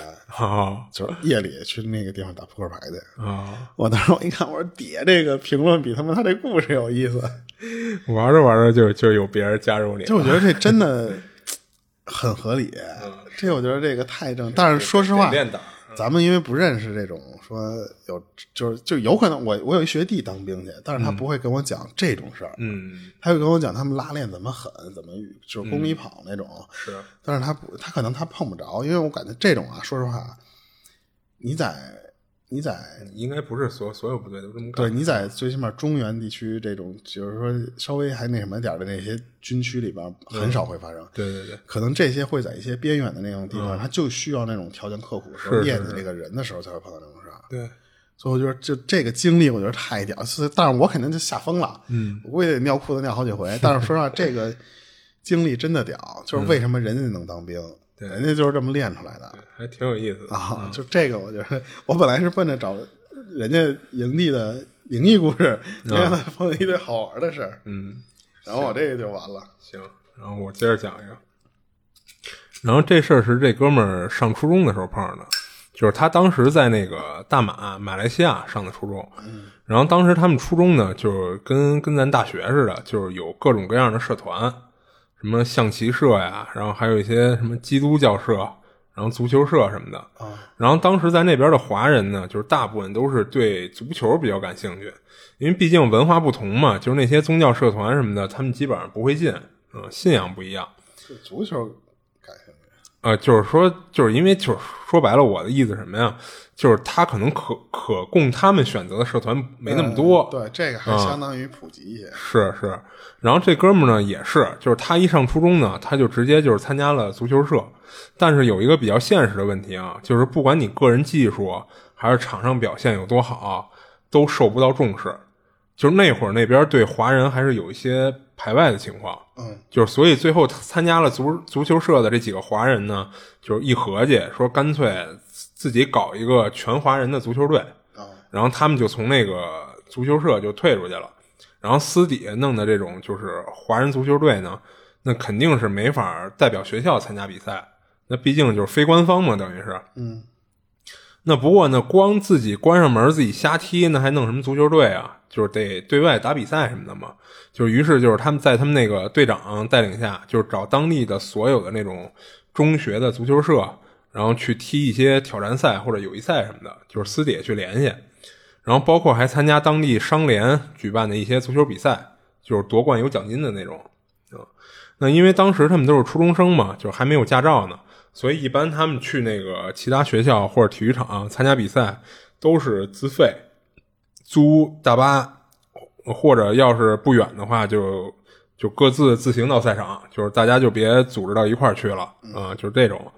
S2: 哦
S1: 就是夜里去那个地方打扑克牌去。
S2: 哦，
S1: 我当时我一看，我说底下这个评论比他妈他这故事有意思，
S2: 玩着玩着就就有别人加入你了，
S1: 就我觉得这真的很合理，这我觉得这个太正。但是说实话
S2: 得，练打，
S1: 咱们因为不认识这种说有就是就有可能我我有一学弟当兵去，但是他不会跟我讲这种事儿，
S2: 嗯，
S1: 他会跟我讲他们拉练怎么狠，怎么就是公里跑那种，
S2: 是，
S1: 但是他不，他可能他碰不着，因为我感觉这种啊，说实话，你在你在
S2: 应该不是所所有部队都这么干
S1: 对，你在最起码中原地区这种，就是说稍微还那什么点儿的那些军区里边，很少会发生。
S2: 对对对，
S1: 可能这些会在一些边远的那种地方，他就需要那种条件刻苦的时候，
S2: 嗯是是
S1: 练你这个人的时候才会碰到这种事儿。
S2: 对，
S1: 所以我觉得就这个经历，我觉得太屌，是但是我肯定就吓疯了，
S2: 嗯，
S1: 我估计得尿裤子尿好 几回。但是说实话，这个经历真的屌，就是为什么人家能当兵，
S2: 嗯对嗯
S1: 人家就是这么练出来的
S2: 还挺有意思的。
S1: 啊！就这个，我觉得我本来是奔着找人家营地的灵异故事， 没想到碰见一堆好玩的事儿，
S2: 嗯，
S1: 然后我这个就完了。
S2: 行，然后我接着讲一个。然后这事儿是这哥们儿上初中的时候碰上的，就是他当时在那个大马马来西亚上的初中，然后当时他们初中呢，就是跟跟咱大学似的，就是有各种各样的社团，什么象棋社呀，然后还有一些什么基督教社，然后足球社什么的。
S1: 啊，
S2: 然后当时在那边的华人呢，就是大部分都是对足球比较感兴趣，因为毕竟文化不同嘛，就是那些宗教社团什么的，他们基本上不会进，嗯、信仰不一样。
S1: 这足球感兴趣，
S2: 呃，就是说，就是因为就是说白了，我的意思是什么呀？就是他可能可可供他们选择的社团没那么多，
S1: 嗯对，这个还相当于普及一些。
S2: 是是，然后这哥们儿呢也是，就是他一上初中呢，他就直接就是参加了足球社，但是有一个比较现实的问题啊，就是不管你个人技术还是场上表现有多好，都受不到重视。就是那会儿那边对华人还是有一些排外的情况，
S1: 嗯，
S2: 就是所以最后参加了足足球社的这几个华人呢，就是一合计说干脆自己搞一个全华人的足球队，
S1: 啊，
S2: 然后他们就从那个足球社就退出去了，然后私底下弄的这种就是华人足球队呢，那肯定是没法代表学校参加比赛，那毕竟就是非官方嘛，等于是。
S1: 嗯，
S2: 那不过呢，光自己关上门自己瞎踢，那还弄什么足球队啊？就是得对外打比赛什么的嘛。就是于是就是他们在他们那个队长带领下，就是找当地的所有的那种中学的足球社，然后去踢一些挑战赛或者友谊赛什么的，就是私底下去联系。然后包括还参加当地商联举办的一些足球比赛，就是夺冠有奖金的那种。啊，那因为当时他们都是初中生嘛，就是还没有驾照呢，所以一般他们去那个其他学校或者体育场参加比赛都是自费，租大巴，或者要是不远的话就就各自自行到赛场，就是大家就别组织到一块儿去了啊、就是这种。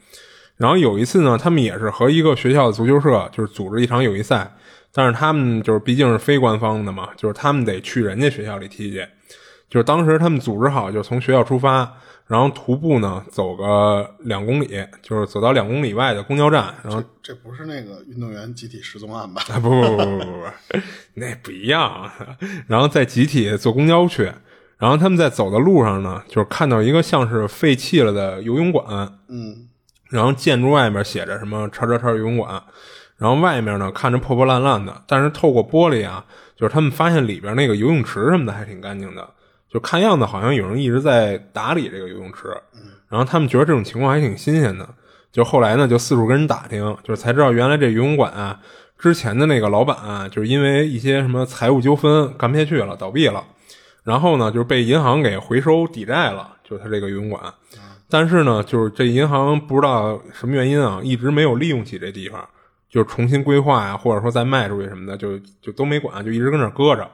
S2: 然后有一次呢，他们也是和一个学校的足球社就是组织一场友谊赛，但是他们就是毕竟是非官方的嘛，就是他们得去人家学校里踢去。就是当时他们组织好，就从学校出发，然后徒步呢走个两公里，就是走到两公里外的公交站，然后
S1: 这不是那个运动员集体失踪案吧？
S2: 啊，不不不不不不，那不一样。啊然后再集体坐公交去，然后他们在走的路上呢，就是看到一个像是废弃了的游泳馆，
S1: 嗯，
S2: 然后建筑外面写着什么叉叉叉游泳馆，然后外面呢看着破破烂烂的，但是透过玻璃啊，就是他们发现里边那个游泳池什么的还挺干净的，就看样子好像有人一直在打理这个游泳池，然后他们觉得这种情况还挺新鲜的，就后来呢就四处跟人打听，就是才知道原来这游泳馆啊，之前的那个老板啊，就是因为一些什么财务纠纷干不下去了，倒闭了。然后呢，就是被银行给回收抵债了，就是他这个游泳馆。但是呢，就是这银行不知道什么原因啊，一直没有利用起这地方，就是重新规划呀、或者说再卖出去什么的，就就都没管，就一直跟那儿搁着。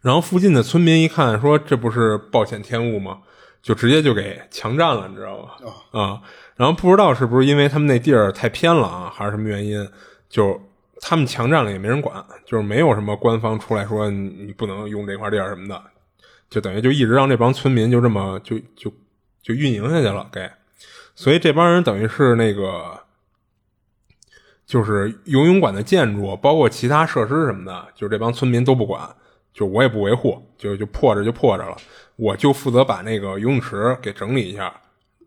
S2: 然后附近的村民一看，说这不是暴殄天物吗？就直接就给强占了，你知道吗？啊、然后不知道是不是因为他们那地儿太偏了啊，还是什么原因，就他们强占了也没人管，就是没有什么官方出来说你你不能用这块地儿什么的，就等于就一直让这帮村民就这么就就就运营下去了，给，所以这帮人等于是那个就是游泳馆的建筑，包括其他设施什么的，就是这帮村民都不管，就我也不维护，就就破着就破着了，我就负责把那个游泳池给整理一下，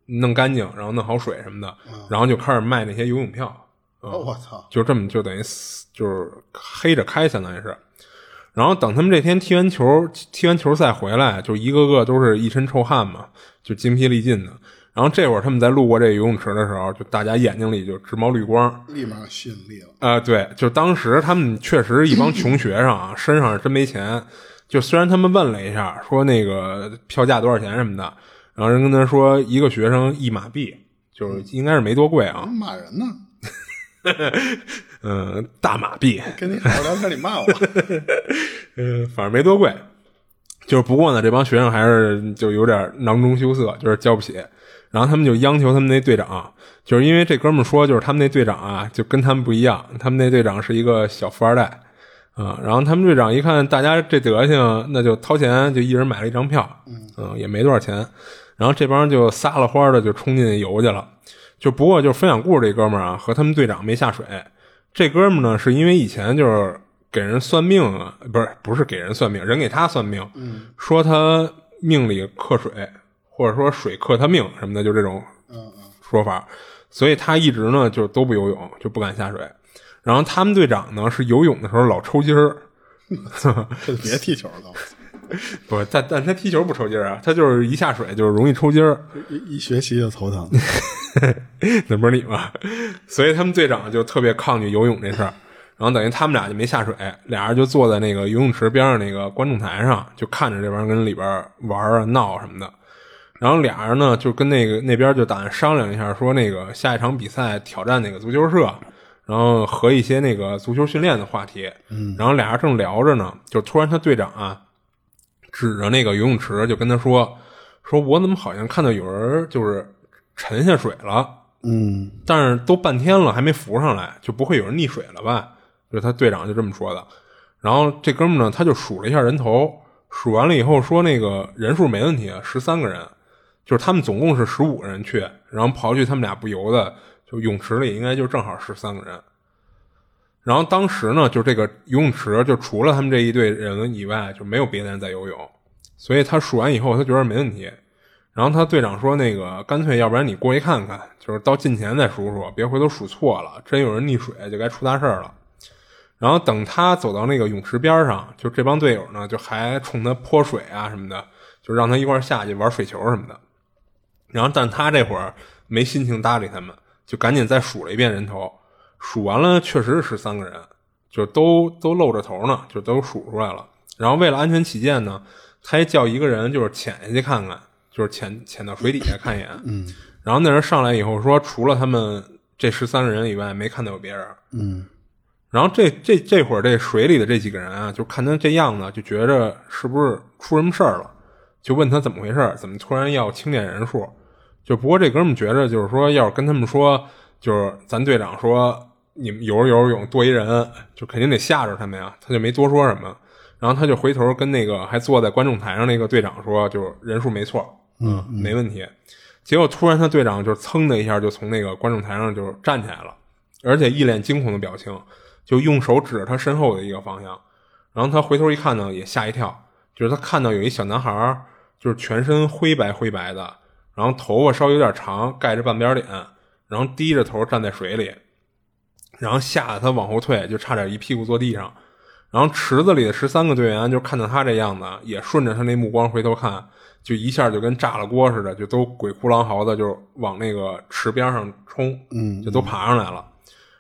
S2: 弄干净，然后弄好水什么的，然后就开始卖那些游泳票。嗯
S1: 哦我操，
S2: 就这么就等于死就是黑着开，相当于是。然后等他们这天踢完球，踢完球赛回来，就一个个都是一身臭汗嘛，就精疲力尽的。然后这会儿他们在路过这游泳池的时候，就大家眼睛里就直冒绿光，
S1: 立马吸引力了。
S2: 啊、对，就当时他们确实一帮穷学生啊，身上是真没钱。就虽然他们问了一下，说那个票价多少钱什么的，然后人跟他说一个学生一马币，就是应该是没多贵啊，
S1: 骂人呢，
S2: 嗯，大马币，
S1: 跟你好好聊天，你 骂我，
S2: 嗯，反正没多贵。就是不过呢，这帮学生还是就有点囊中羞涩，就是交不起。然后他们就央求他们那队长，就是因为这哥们儿说，就是他们那队长啊，就跟他们不一样，他们那队长是一个小富二代啊、然后他们队长一看大家这德行，那就掏钱，就一人买了一张票，嗯、也没多少钱。然后这帮人就撒了欢儿的就冲进游去了。就不过就是分享故事这哥们儿啊，和他们队长没下水。这哥们儿呢，是因为以前就是给人算命啊，不是不是给人算命，人给他算命，说他命里克水，或者说水克他命什么的，就这种说法。所以他一直呢就都不游泳，就不敢下水。然后他们队长呢是游泳的时候老抽筋儿，
S1: 这就别踢球 了，
S2: 不是，但但他踢球不抽筋儿啊，他就是一下水就是容易抽筋儿。
S1: 一一学习就头疼。
S2: 那不是你吗？所以他们队长就特别抗拒游泳这事儿，然后等于他们俩就没下水，俩人就坐在那个游泳池边上那个观众台上，就看着这帮人跟里边玩儿啊闹什么的。然后俩人呢就跟那个那边就打算商量一下，说那个下一场比赛挑战那个足球社，然后和一些那个足球训练的话题。嗯，然后俩人正聊着呢，就突然他队长啊指着那个游泳池就跟他说：“说我怎么好像看到有人就是沉下水了。”
S1: 嗯，
S2: 但是都半天了还没浮上来，就不会有人溺水了吧？就是他队长就这么说的。然后这哥们呢，他就数了一下人头，数完了以后说那个人数没问题，十三个人，就是他们总共是十五个人去，然后刨去他们俩不游的，就泳池里应该就正好十三个人。然后当时呢，就这个游泳池就除了他们这一队人以外，就没有别的人在游泳，所以他数完以后，他觉得没问题。然后他队长说：“那个，干脆要不然你过去看看，就是到近前再数数，别回头数错了，真有人溺水就该出大事儿了。”然后等他走到那个泳池边上，就这帮队友呢，就还冲他泼水啊什么的，就让他一块儿下去玩水球什么的。然后，但他这会儿没心情搭理他们，就赶紧再数了一遍人头，数完了确实是十三个人，就都都露着头呢，就都数出来了。然后为了安全起见呢，他还叫一个人就是潜下去看看，就是潜潜到水底下看一眼。嗯。然后那人上来以后说，除了他们这十三个人以外，没看到有别人。然后这这这会儿这水里的这几个人啊，就看他这样子，就觉着是不是出什么事儿了，就问他怎么回事儿，怎么突然要清点人数？就不过这哥们觉着就是说，要是跟他们说，就是咱队长说你们游着游着泳多一人，就肯定得吓着他们呀，他就没多说什么。然后他就回头跟那个还坐在观众台上那个队长说，就是人数没错，嗯，没问题。结果突然他队长就噌的一下就从那个观众台上就站起来了，而且一脸惊恐的表情，就用手指着他身后的一个方向。然后他回头一看呢，也吓一跳，就是他看到有一小男孩儿，就是全身灰白灰白的，然后头发稍微有点长，盖着半边脸，然后低着头站在水里，然后吓得他往后退，就差点一屁股坐地上。然后池子里的十三个队员就看到他这样子，也顺着他那目光回头看，就一下就跟炸了锅似的，就都鬼哭狼嚎的就往那个池边上冲，嗯，就都爬上来了。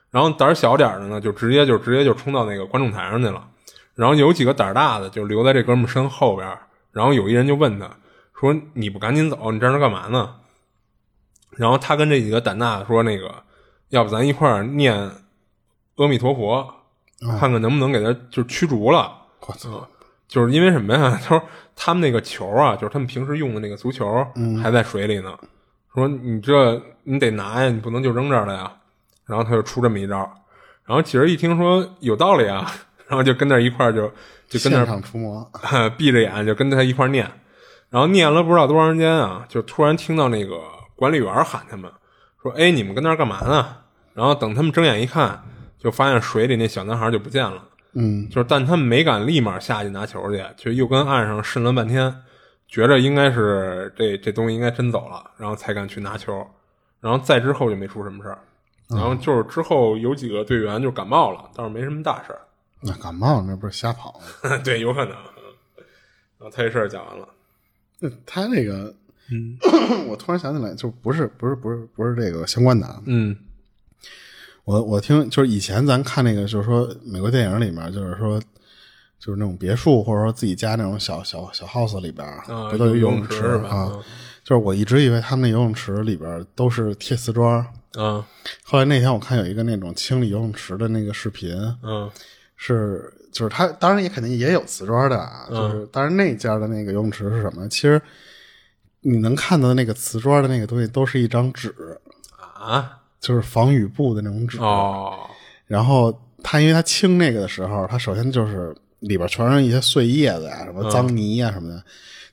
S2: 然后胆儿小点儿的呢，就直接就直接就冲到那个观众台上去了。然后有几个胆儿大的就留在这哥们儿身后边儿。然后有一人就问他说：“你不赶紧走，你站这儿干嘛呢？”然后他跟这几个胆大的说：“那个，要不咱一块儿念阿弥陀佛，看看能不能给他就是驱逐了。”
S1: 我操！
S2: 嗯就是因为什么呀？ 他说他们那个球啊，就是他们平时用的那个足球，
S1: 嗯
S2: 还在水里呢。说你这你得拿呀，你不能就扔这儿了呀。然后他就出这么一招，然后几人一听说有道理啊，然后就跟那儿一块儿就就跟
S1: 现
S2: 那儿
S1: 场除魔，
S2: 闭着眼就跟他一块儿念，然后念了不知道多长时间啊，就突然听到那个管理员喊他们说：“哎，你们跟那儿干嘛呢？”然后等他们睁眼一看，就发现水里那小男孩就不见了。
S1: 嗯，
S2: 就是但他们没敢立马下去拿球去，就又跟岸上渗了半天，觉着应该是这这东西应该真走了，然后才敢去拿球，然后再之后就没出什么事儿，
S1: 嗯
S2: 然后就是之后有几个队员就感冒了，倒是没什么大事儿，
S1: 那感冒那不是瞎跑吗？
S2: 对，有可能。然后他这事儿讲完了，
S1: 那 他那个，
S2: 嗯
S1: 我突然想起来，就不是不是不是不是这个相关的啊，
S2: 嗯
S1: 我我听就是以前咱看那个，就是说美国电影里面，就是说就是那种别墅或者说自己家那种小小小 house 里边，
S2: 啊，
S1: 不都有
S2: 游
S1: 泳
S2: 池
S1: 池
S2: 是吧？
S1: 啊？就是我一直以为他们那游泳池里边都是贴瓷砖，
S2: 嗯
S1: 后来那天我看有一个那种清理游泳池的那个视频，
S2: 嗯
S1: 是就是它当然也肯定也有瓷砖的啊，
S2: 嗯
S1: 就是当然那家的那个游泳池是什么？其实你能看到的那个瓷砖的那个东西都是一张纸，
S2: 啊
S1: 就是防雨布的那种纸。
S2: 哦
S1: 然后他因为他清那个的时候，他首先就是里边全是一些碎叶子啊呀、什么脏泥呀、什么的。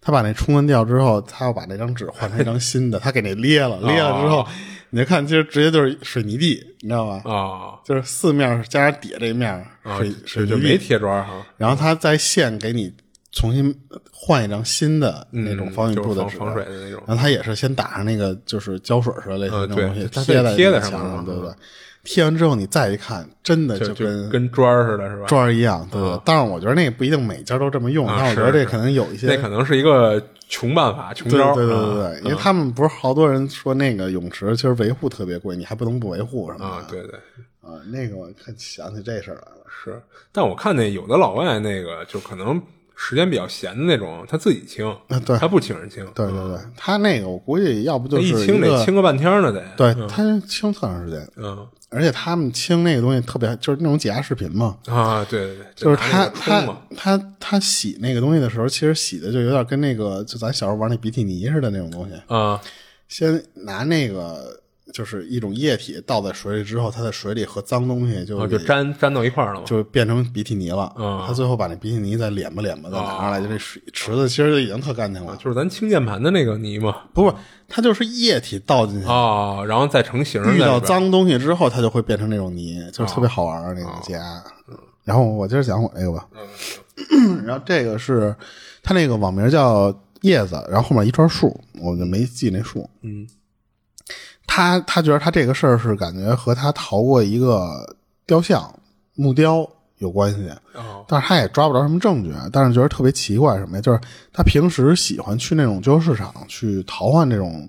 S1: 他把那冲完掉之后，他要把那张纸换成一张新的，他给那裂
S2: 哦
S1: 了，裂了之后，你就看，其实直接就是水泥地，你知道吧？
S2: 哦
S1: 就是四面加上底下这面儿
S2: 啊，
S1: 水、
S2: 就
S1: 水
S2: 就
S1: 泥
S2: 没
S1: 地，
S2: 贴砖哈，
S1: 然后他再现给你重新换一张新的那种防雨
S2: 嗯就是
S1: 布的
S2: 防
S1: 纸，啊
S2: 防水的那种，
S1: 然后他也是先打上那个就是胶水似的类似那
S2: 呃
S1: 种
S2: 对
S1: 东西，
S2: 它
S1: 贴
S2: 得
S1: 在
S2: 贴
S1: 那个
S2: 在上
S1: 墙
S2: 面
S1: 上，
S2: 嘛嗯
S1: 对不对？贴完之后你再一看，真的
S2: 就
S1: 跟
S2: 跟砖儿似的，是吧？
S1: 砖儿一样，对不对？但是我觉得那不一定每家都这么用，
S2: 啊
S1: 但我觉得
S2: 是
S1: 这可能有一些，
S2: 那可能是一个穷办法、穷
S1: 对
S2: 招儿。
S1: 对对
S2: 啊
S1: 对对，因为他们不是好多人说那个泳池其实维护特别贵，你还不能不维护什么
S2: 啊，
S1: 的
S2: 对嗯对
S1: 啊。那个我看想起这事儿来了，
S2: 是。但我看那有的老外那个，就可能时间比较闲的那种，他自己清，
S1: 啊对
S2: 他不请人清，
S1: 对对对，他那个我估计要不
S2: 他
S1: 就是
S2: 一
S1: 一
S2: 清得
S1: 个
S2: 清个嗯半天儿呢得。，
S1: 对他清特长时间，
S2: 嗯
S1: 而且他们清那个东西特别就是那种解压视频嘛，
S2: 啊，对对对，
S1: 就是
S2: 拿
S1: 他
S2: 那个冲
S1: 他
S2: 嘛，
S1: 他他洗那个东西的时候，其实洗的就有点跟那个就咱小时候玩那鼻涕泥似的那种东西。
S2: 啊
S1: 先拿那个就是一种液体倒在水里之后，它在水里和脏东西就、
S2: 啊，就粘粘到一块儿了嘛。
S1: 嗯就变成鼻涕泥了。
S2: 嗯哦
S1: 他最后把那鼻涕泥再敛吧敛吧再拿上来，就这水池子其实就已经特干净了。
S2: 啊就是咱清键盘的那个泥嘛，
S1: 不是，它就是液体倒进去，
S2: 啊，然后再成型儿在里
S1: 遇
S2: 边儿，啊
S1: 到脏东西之后，它就会变成那种泥，就是特别好玩儿、那个家。然后我接着讲我这个吧。
S2: 嗯
S1: 然后这个是它那个网名叫叶子，然后后面一串树，我就没记那树。
S2: 嗯，
S1: 他他觉得他这个事儿是感觉和他逃过一个雕像木雕有关系，
S2: 哦
S1: 但是他也抓不着什么证据，但是觉得特别奇怪什么呀？就是他平时喜欢去那种旧市场去淘换这种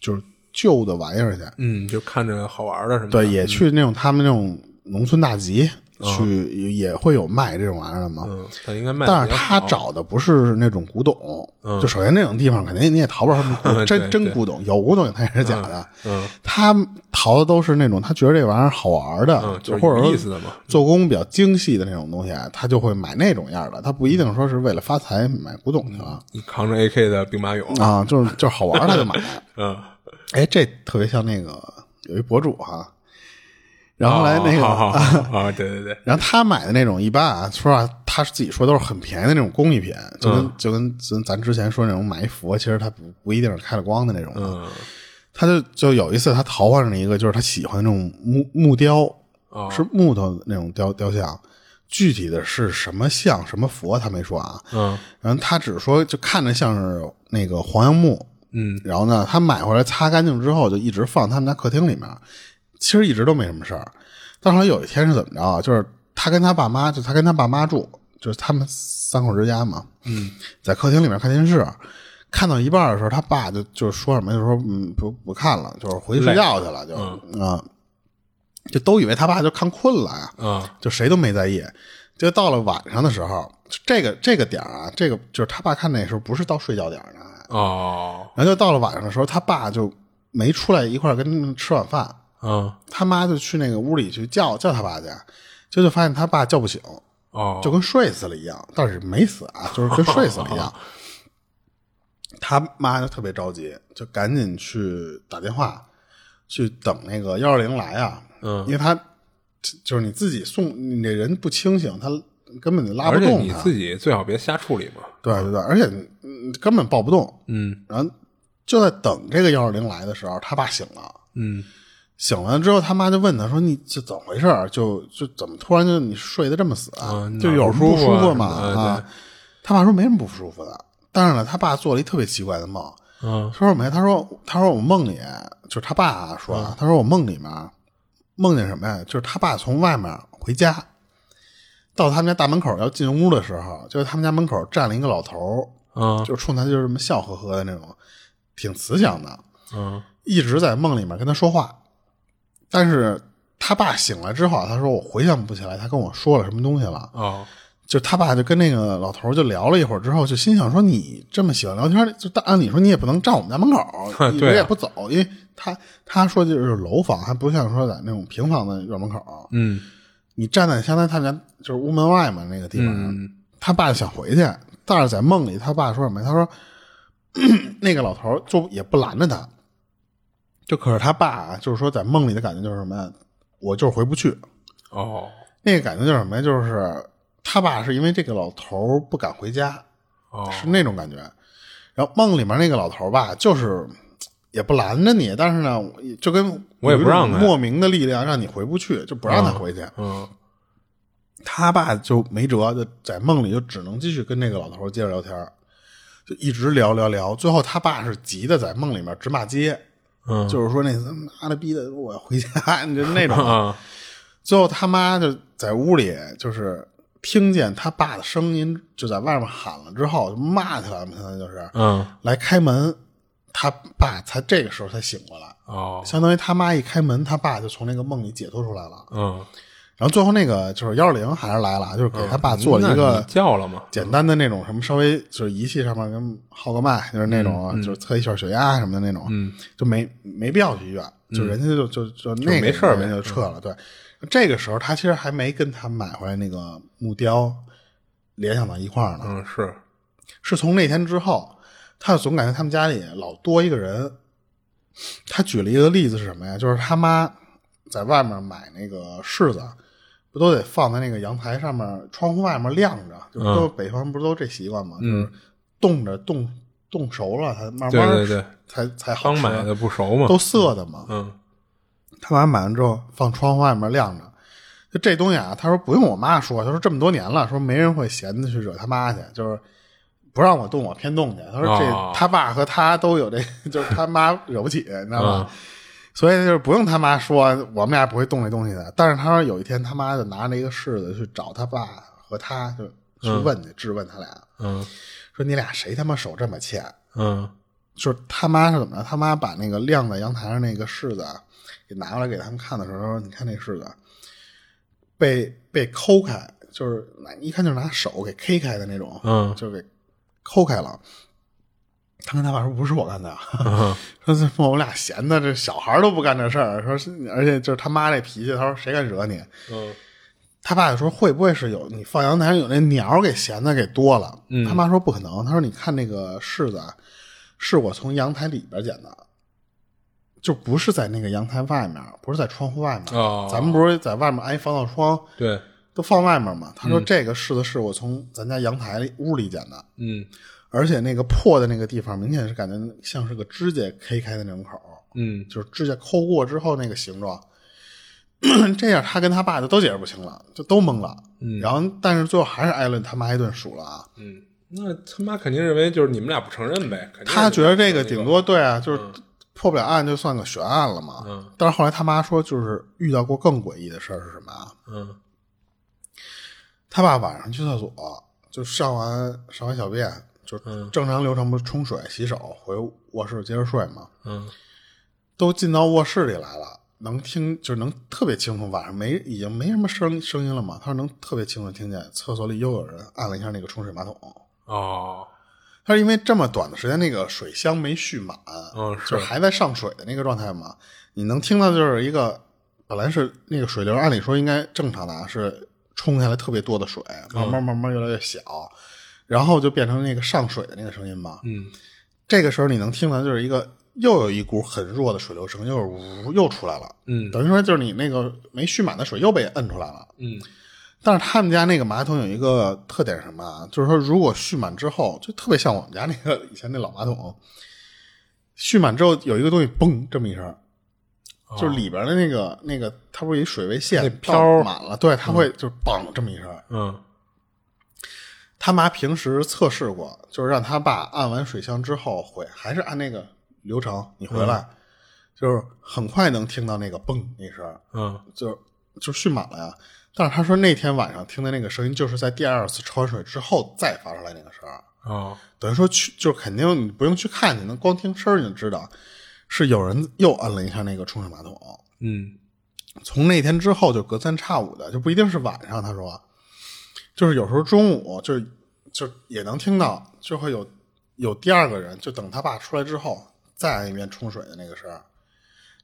S1: 就是旧的玩意儿去，
S2: 嗯，就看着好玩儿的什么的。
S1: 对，也去那种他们那种农村大集去，也会有卖这种玩意儿的嘛。
S2: 嗯，他应该卖得
S1: 但
S2: 比
S1: 是
S2: 较
S1: 他
S2: 好。嗯
S1: 找的不是那种古董，就首先那种地方肯定你也淘不着什么古
S2: 对
S1: 真真
S2: 对
S1: 古董，有古董它也是假的。
S2: 嗯
S1: 他淘的都是那种他觉得这玩意儿好玩的，
S2: 嗯，就是
S1: 或者
S2: 有
S1: 说
S2: 意思的嘛。
S1: 做工比较精细的那种东西，啊他就会买那种样儿的。他不一定说是为了发财买古董去了、
S2: 你扛着 AK 的兵马俑，
S1: 啊，就是就是好玩儿他就买。
S2: 嗯
S1: 哎，这特别像那个有一博主哈、然后后来那个，
S2: 哦好好 好啊，对对对，
S1: 然后他买的那种一般啊，说实话，他自己说都是很便宜的那种工艺品，就跟、
S2: 嗯
S1: 就跟咱咱之前说那种买一佛，其实它不不一定是开了光的那种。
S2: 嗯，
S1: 他就就有一次他淘换了一个，就是他喜欢的那种木木雕，
S2: 哦
S1: 是木头那种雕雕像，具体的是什么像什么佛他没说啊，
S2: 嗯
S1: 然后他只说就看着像是那个黄杨木，
S2: 嗯
S1: 然后呢，他买回来擦干净之后，就一直放他们家客厅里面，其实一直都没什么事儿。但是后来有一天是怎么着啊？就是他跟他爸妈，就他跟他爸妈住，就是他们三口之家嘛。嗯，在客厅里面看电视，看到一半的时候，他爸就就说什么，就说嗯不不看了，就是回去睡觉去了，就啊、就都以为他爸就看困了呀。
S2: 啊
S1: 就谁都没在意。就到了晚上的时候，这个这个点儿啊，这个就是他爸看那时候不是到睡觉点儿呢，啊
S2: 哦
S1: 然后就到了晚上的时候，他爸就没出来一块儿跟他们吃晚饭，
S2: 嗯
S1: 他妈就去那个屋里去叫叫他爸去，就就发现他爸叫不醒，
S2: 哦，
S1: 就跟睡死了一样，但是没死啊，就是跟睡死了一 样。他妈就特别着急，就赶紧去打电话，去等那个幺二零来啊。
S2: 嗯
S1: 因为他就是你自己送，你这人不清醒，他根本就拉不
S2: 而且
S1: 动
S2: 你
S1: 他。
S2: 自己最好别瞎处理嘛，
S1: 对啊对对，而且你你根本抱不动。
S2: 嗯
S1: 然后就在等这个幺二零来的时候，他爸醒了。
S2: 嗯
S1: 醒了之后，他妈就问他说：“你这怎么回事儿？就就怎么突然就你睡得这么死
S2: 啊
S1: 就
S2: 哪儿
S1: 有什么
S2: 不
S1: 不
S2: 舒服啊
S1: 服嘛？
S2: 什么的
S1: 啊，他爸说没什么不舒服的。但是呢，他爸做了一特别奇怪的梦，
S2: 嗯
S1: 说什么呀？他说他说我梦里就是他爸啊说
S2: 嗯
S1: 啊，他说我梦里面梦见什么呀？就是他爸从外面回家，到他们家大门口要进屋的时候，就是他们家门口站了一个老头
S2: 嗯
S1: 儿，就冲他就是这么笑呵呵的那种，挺慈祥的。
S2: 嗯
S1: 一直在梦里面跟他说话，但是他爸醒来之后，他说我回想不起来他跟我说了什么东西了。
S2: 哦
S1: 就他爸就跟那个老头儿就聊了一会儿之后，就心想说你这么喜欢聊天，就但按理说你也不能站我们家门口
S2: 对啊，
S1: 一直也不走，因为他他说就是楼房，还不像说在那种平房的院门口，
S2: 嗯
S1: 你站在相当于他们家就是屋门外嘛那个地方，
S2: 嗯
S1: 他爸想回去，但是在梦里他爸说什么呀？他说 那个老头儿就也不拦着他，就可是他爸啊，就是说在梦里的感觉就是什么呀？我就是回不去。
S2: 哦
S1: 那个感觉就是什么呀？就是他爸是因为这个老头儿不敢回家，
S2: 哦
S1: 是那种感觉。然后梦里面那个老头儿吧，就是也不拦着你，但是呢，就跟
S2: 我也不让他
S1: 莫名的力量让你回不去，就不让他回去。
S2: 嗯
S1: 他爸就没辙，就在梦里就只能继续跟那个老头儿接着聊天儿，就一直聊聊聊。最后他爸是急的，在梦里面直骂街，
S2: 嗯
S1: 就是说那他妈的逼的，我要回家，你就那 种。
S2: 啊
S1: 最后他妈就在屋里，就是听见他爸的声音，就在外面喊了之后，就骂起来了嘛，现在就是
S2: 嗯
S1: 来开门。他爸才这个时候才醒过来，
S2: 哦
S1: 相当于他妈一开门，他爸就从那个梦里解脱出来了。
S2: 嗯，
S1: 然后最后那个就是幺二零还是来了，就是给他爸做了一
S2: 嗯那
S1: 个
S2: 你叫了吗？
S1: 简单的那种什么稍微就是仪器上面跟号个脉，就是那种啊就是测一下血压什么的那种，
S2: 嗯
S1: 就没没必要去医院，就人家就就就那个
S2: 没事儿呗
S1: 人家就撤了。对，这个时候他其实还没跟他买回来那个木雕联想到一块儿呢，
S2: 嗯是
S1: 是从那天之后，他总感觉他们家里老多一个人。他举了一个例子是什么呀？就是他妈在外面买那个柿子，不都得放在那个阳台上面、窗户外面晾着？就
S2: 嗯
S1: 都、北方不是都这习惯吗？
S2: 嗯
S1: 就是冻着冻冻熟了，它慢慢
S2: 对对对
S1: 才才好
S2: 刚
S1: 吃。
S2: 买的不熟嘛，
S1: 都涩的嘛。
S2: 嗯
S1: 他妈买完之后放窗户外面晾着。就这东西啊，他说不用我妈说，他说这么多年了，说没人会闲的去惹他妈去，就是不让我动我偏动去。他说这、
S2: 哦
S1: 他爸和他都有这， 就是他妈惹不起，你知道吗？
S2: 嗯
S1: 所以就是不用他妈说，我们俩不会动这东西的。但是他说有一天他妈就拿着一个柿子去找他爸和他，就去问去、质问他俩，
S2: 嗯
S1: 说你俩谁他妈手这么欠？
S2: 嗯
S1: 就是他妈是怎么着？他妈把那个晾在阳台上那个柿子啊，给拿过来给他们看的时候，说：“你看那柿子被被抠开，就是拿一看就是拿手给 K 开的那种，
S2: 嗯
S1: 就给抠开了。”他跟他爸说：“不是我干的啊，
S2: 嗯
S1: 说 这我们俩闲的，这小孩都不干这事儿。说是，而且就是他妈这脾气，他说谁敢惹你？
S2: 嗯
S1: 他爸就说会不会是有你放阳台上有那鸟给闲的给多了？
S2: 嗯
S1: 他妈说不可能，他说你看那个柿子啊，是我从阳台里边捡的，就不是在那个阳台外面，不是在窗户外面。
S2: 哦
S1: 咱们不是在外面安一防盗窗，
S2: 对，
S1: 都放外面嘛。他说这个试的是我从咱家阳台里屋里捡的，
S2: 嗯
S1: 而且那个破的那个地方，明显是感觉像是个指甲 K 开的那种口儿，
S2: 嗯，
S1: 就是指甲抠过之后那个形状。 这样他跟他爸就都解释不清了，就都懵了。
S2: 嗯
S1: 然后但是最后还是挨了他妈一顿数了啊。
S2: 嗯，那他妈肯定认为就是你们俩不承认呗，肯定是
S1: 他觉得这个顶多对啊，就是破不了案就算个悬案了嘛。
S2: 嗯
S1: 但是后来他妈说，就是遇到过更诡异的事儿是什么啊？
S2: 嗯
S1: 他爸晚上去厕所，就上完上完小便，就
S2: 嗯
S1: 正常流程不是冲水、洗手、回卧室接着睡嘛，
S2: 嗯
S1: 都进到卧室里来了。能听就是能特别清楚，晚上没已经没什么声声音了嘛。他说能特别清楚听见厕所里又有人按了一下那个冲水马桶。
S2: 哦
S1: 他是因为这么短的时间，那个水箱没蓄满，
S2: 嗯是
S1: 就是还在上水的那个状态嘛。你能听到就是一个本来是那个水流，按理说应该正常的啊，是冲下来特别多的水，慢慢慢慢越来越小，然后就变成那个上水的那个声音嘛。
S2: 嗯
S1: 这个时候你能听到就是一个又有一股很弱的水流声，又有呜又出来了，
S2: 嗯
S1: 等于说就是你那个没蓄满的水又被摁出来了。
S2: 嗯
S1: 但是他们家那个马桶有一个特点是什么啊？就是说，如果蓄满之后，就特别像我们家那个以前那老马桶，蓄满之后有一个东西嘣这么一声，嗯就是里边的那个那个，它不是有一水位线
S2: 哦那
S1: 到
S2: 飘
S1: 满了，对，它会就是嘣这么一声。
S2: 嗯
S1: 他妈平时测试过，就是让他爸按完水箱之后回，还是按那个流程，你回来、就是很快能听到那个嘣一声，
S2: 嗯
S1: 就就蓄满了呀。但是他说那天晚上听的那个声音，就是在第二次抽完水之后再发出来那个声儿，
S2: 哦
S1: 等于说去就是肯定你不用去看，你能光听声儿你就知道是有人又摁了一下那个冲水马桶。
S2: 嗯
S1: 从那天之后就隔三差五的，就不一定是晚上，他说，就是有时候中午就就也能听到，就会有有第二个人，就等他爸出来之后再按一遍冲水的那个声儿。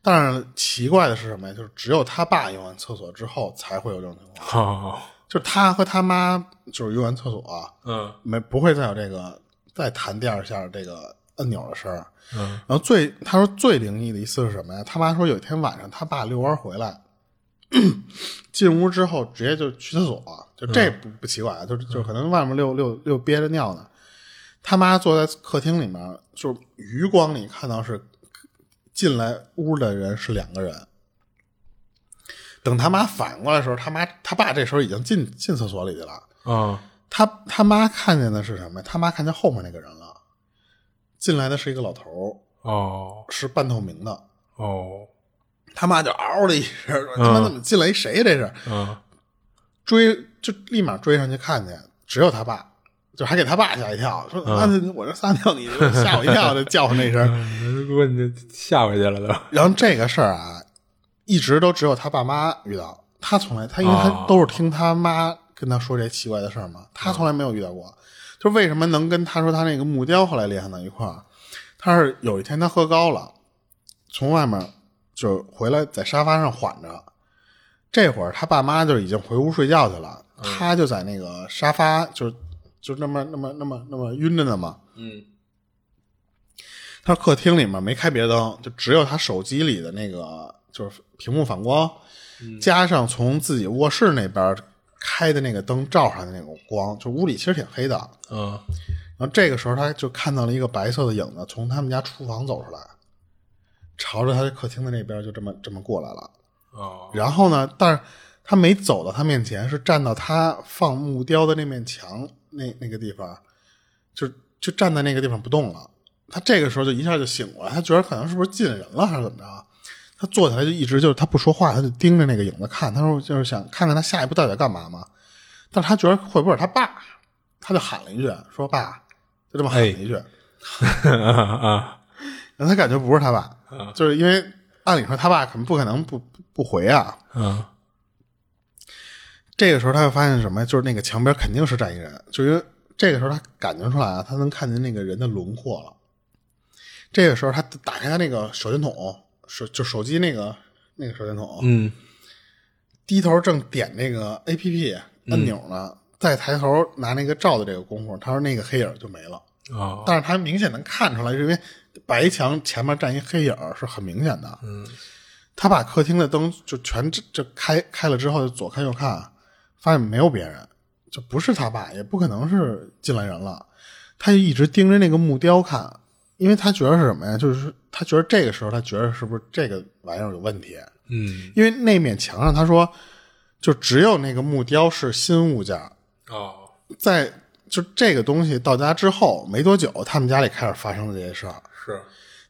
S1: 但是奇怪的是什么呀？就是只有他爸用完厕所之后才会有这种情况，
S2: 好
S1: 就是他和他妈就是用完厕所、啊
S2: 嗯
S1: 没不会再有这个再弹第二下这个按钮的声儿。
S2: 嗯
S1: 然后最他说最灵异的一次是什么呀？他妈说有一天晚上他爸遛弯回来， 进屋之后直接就去厕所，就这不、不奇怪啊，就是就是可能外面遛遛遛憋着尿呢。他妈坐在客厅里面，就是余光里看到是进来屋的人是两个人。等他妈反过来的时候，他妈他爸这时候已经进进厕所里去了。
S2: 啊
S1: 他他妈看见的是什么呀？他妈看见后面那个人了，进来的是一个老头儿。
S2: 哦
S1: 是半透明的。
S2: 哦
S1: 他妈就嗷的一声说：“他妈怎么进来一谁？这是
S2: 嗯
S1: 追就立马追上去看去，只有他爸，就还给他爸吓一跳，说：‘妈的，我这撒尿你吓我一跳！’就叫唤那一声。
S2: 嗯，如果你这吓回去了都
S1: 然后这个事儿啊，一直都只有他爸妈遇到，他从来他因为他
S2: 哦
S1: 都是听他妈跟他说这些奇怪的事儿嘛，他从来没有遇到过。就为什么能跟他说他那个木雕后来联想到一块儿？他是有一天他喝高了，从外面就回来在沙发上缓着，这会儿他爸妈就已经回屋睡觉去了，他就在那个沙发就就那么那么那么那么晕着呢嘛。
S2: 嗯
S1: 他客厅里面没开别的灯，就只有他手机里的那个就是屏幕反光，加上从自己卧室那边开的那个灯照上的那个光，就屋里其实挺黑的。
S2: 嗯
S1: 然后这个时候他就看到了一个白色的影子从他们家厨房走出来，朝着他的客厅的那边就这么这么过来了。
S2: 哦
S1: 然后呢，但是他没走到他面前，是站到他放木雕的那面墙那那个地方，啊就就站在那个地方不动了。他这个时候就一下就醒过来，他觉得可能是不是进人了还是怎么着啊？他坐起来就一直就是他不说话，他就盯着那个影子看。他说就是想看看他下一步到底要干嘛嘛。但是他觉得会不会是他爸，他就喊了一句说爸，就这么喊了一句。
S2: 啊
S1: 然后他感觉不是他爸，就是因为按理说他爸可能不可能不不不回啊，
S2: 啊
S1: 这个时候他会发现什么呀？就是那个墙边肯定是站一人，就因为这个时候他感觉出来啊，他能看见那个人的轮廓了。这个时候他打开他那个手电筒，手就手机那个那个手电筒，
S2: 嗯
S1: 低头正点那个 A P P 按钮呢，再抬头拿那个照的这个功夫，他说那个黑影就没了。
S2: 啊，
S1: 但是他明显能看出来，是因为白墙前面站一黑影儿是很明显的。嗯，他把客厅的灯就全这这开开了之后，左看右看，发现没有别人，就不是他爸，也不可能是进来人了。他就一直盯着那个木雕看，因为他觉得是什么呀？就是他觉得这个时候，他觉得是不是这个玩意儿有问题？
S2: 嗯
S1: 因为那面墙上他说，就只有那个木雕是新物件，
S2: 哦，
S1: 在就这个东西到家之后没多久，他们家里开始发生了这些事儿。
S2: 是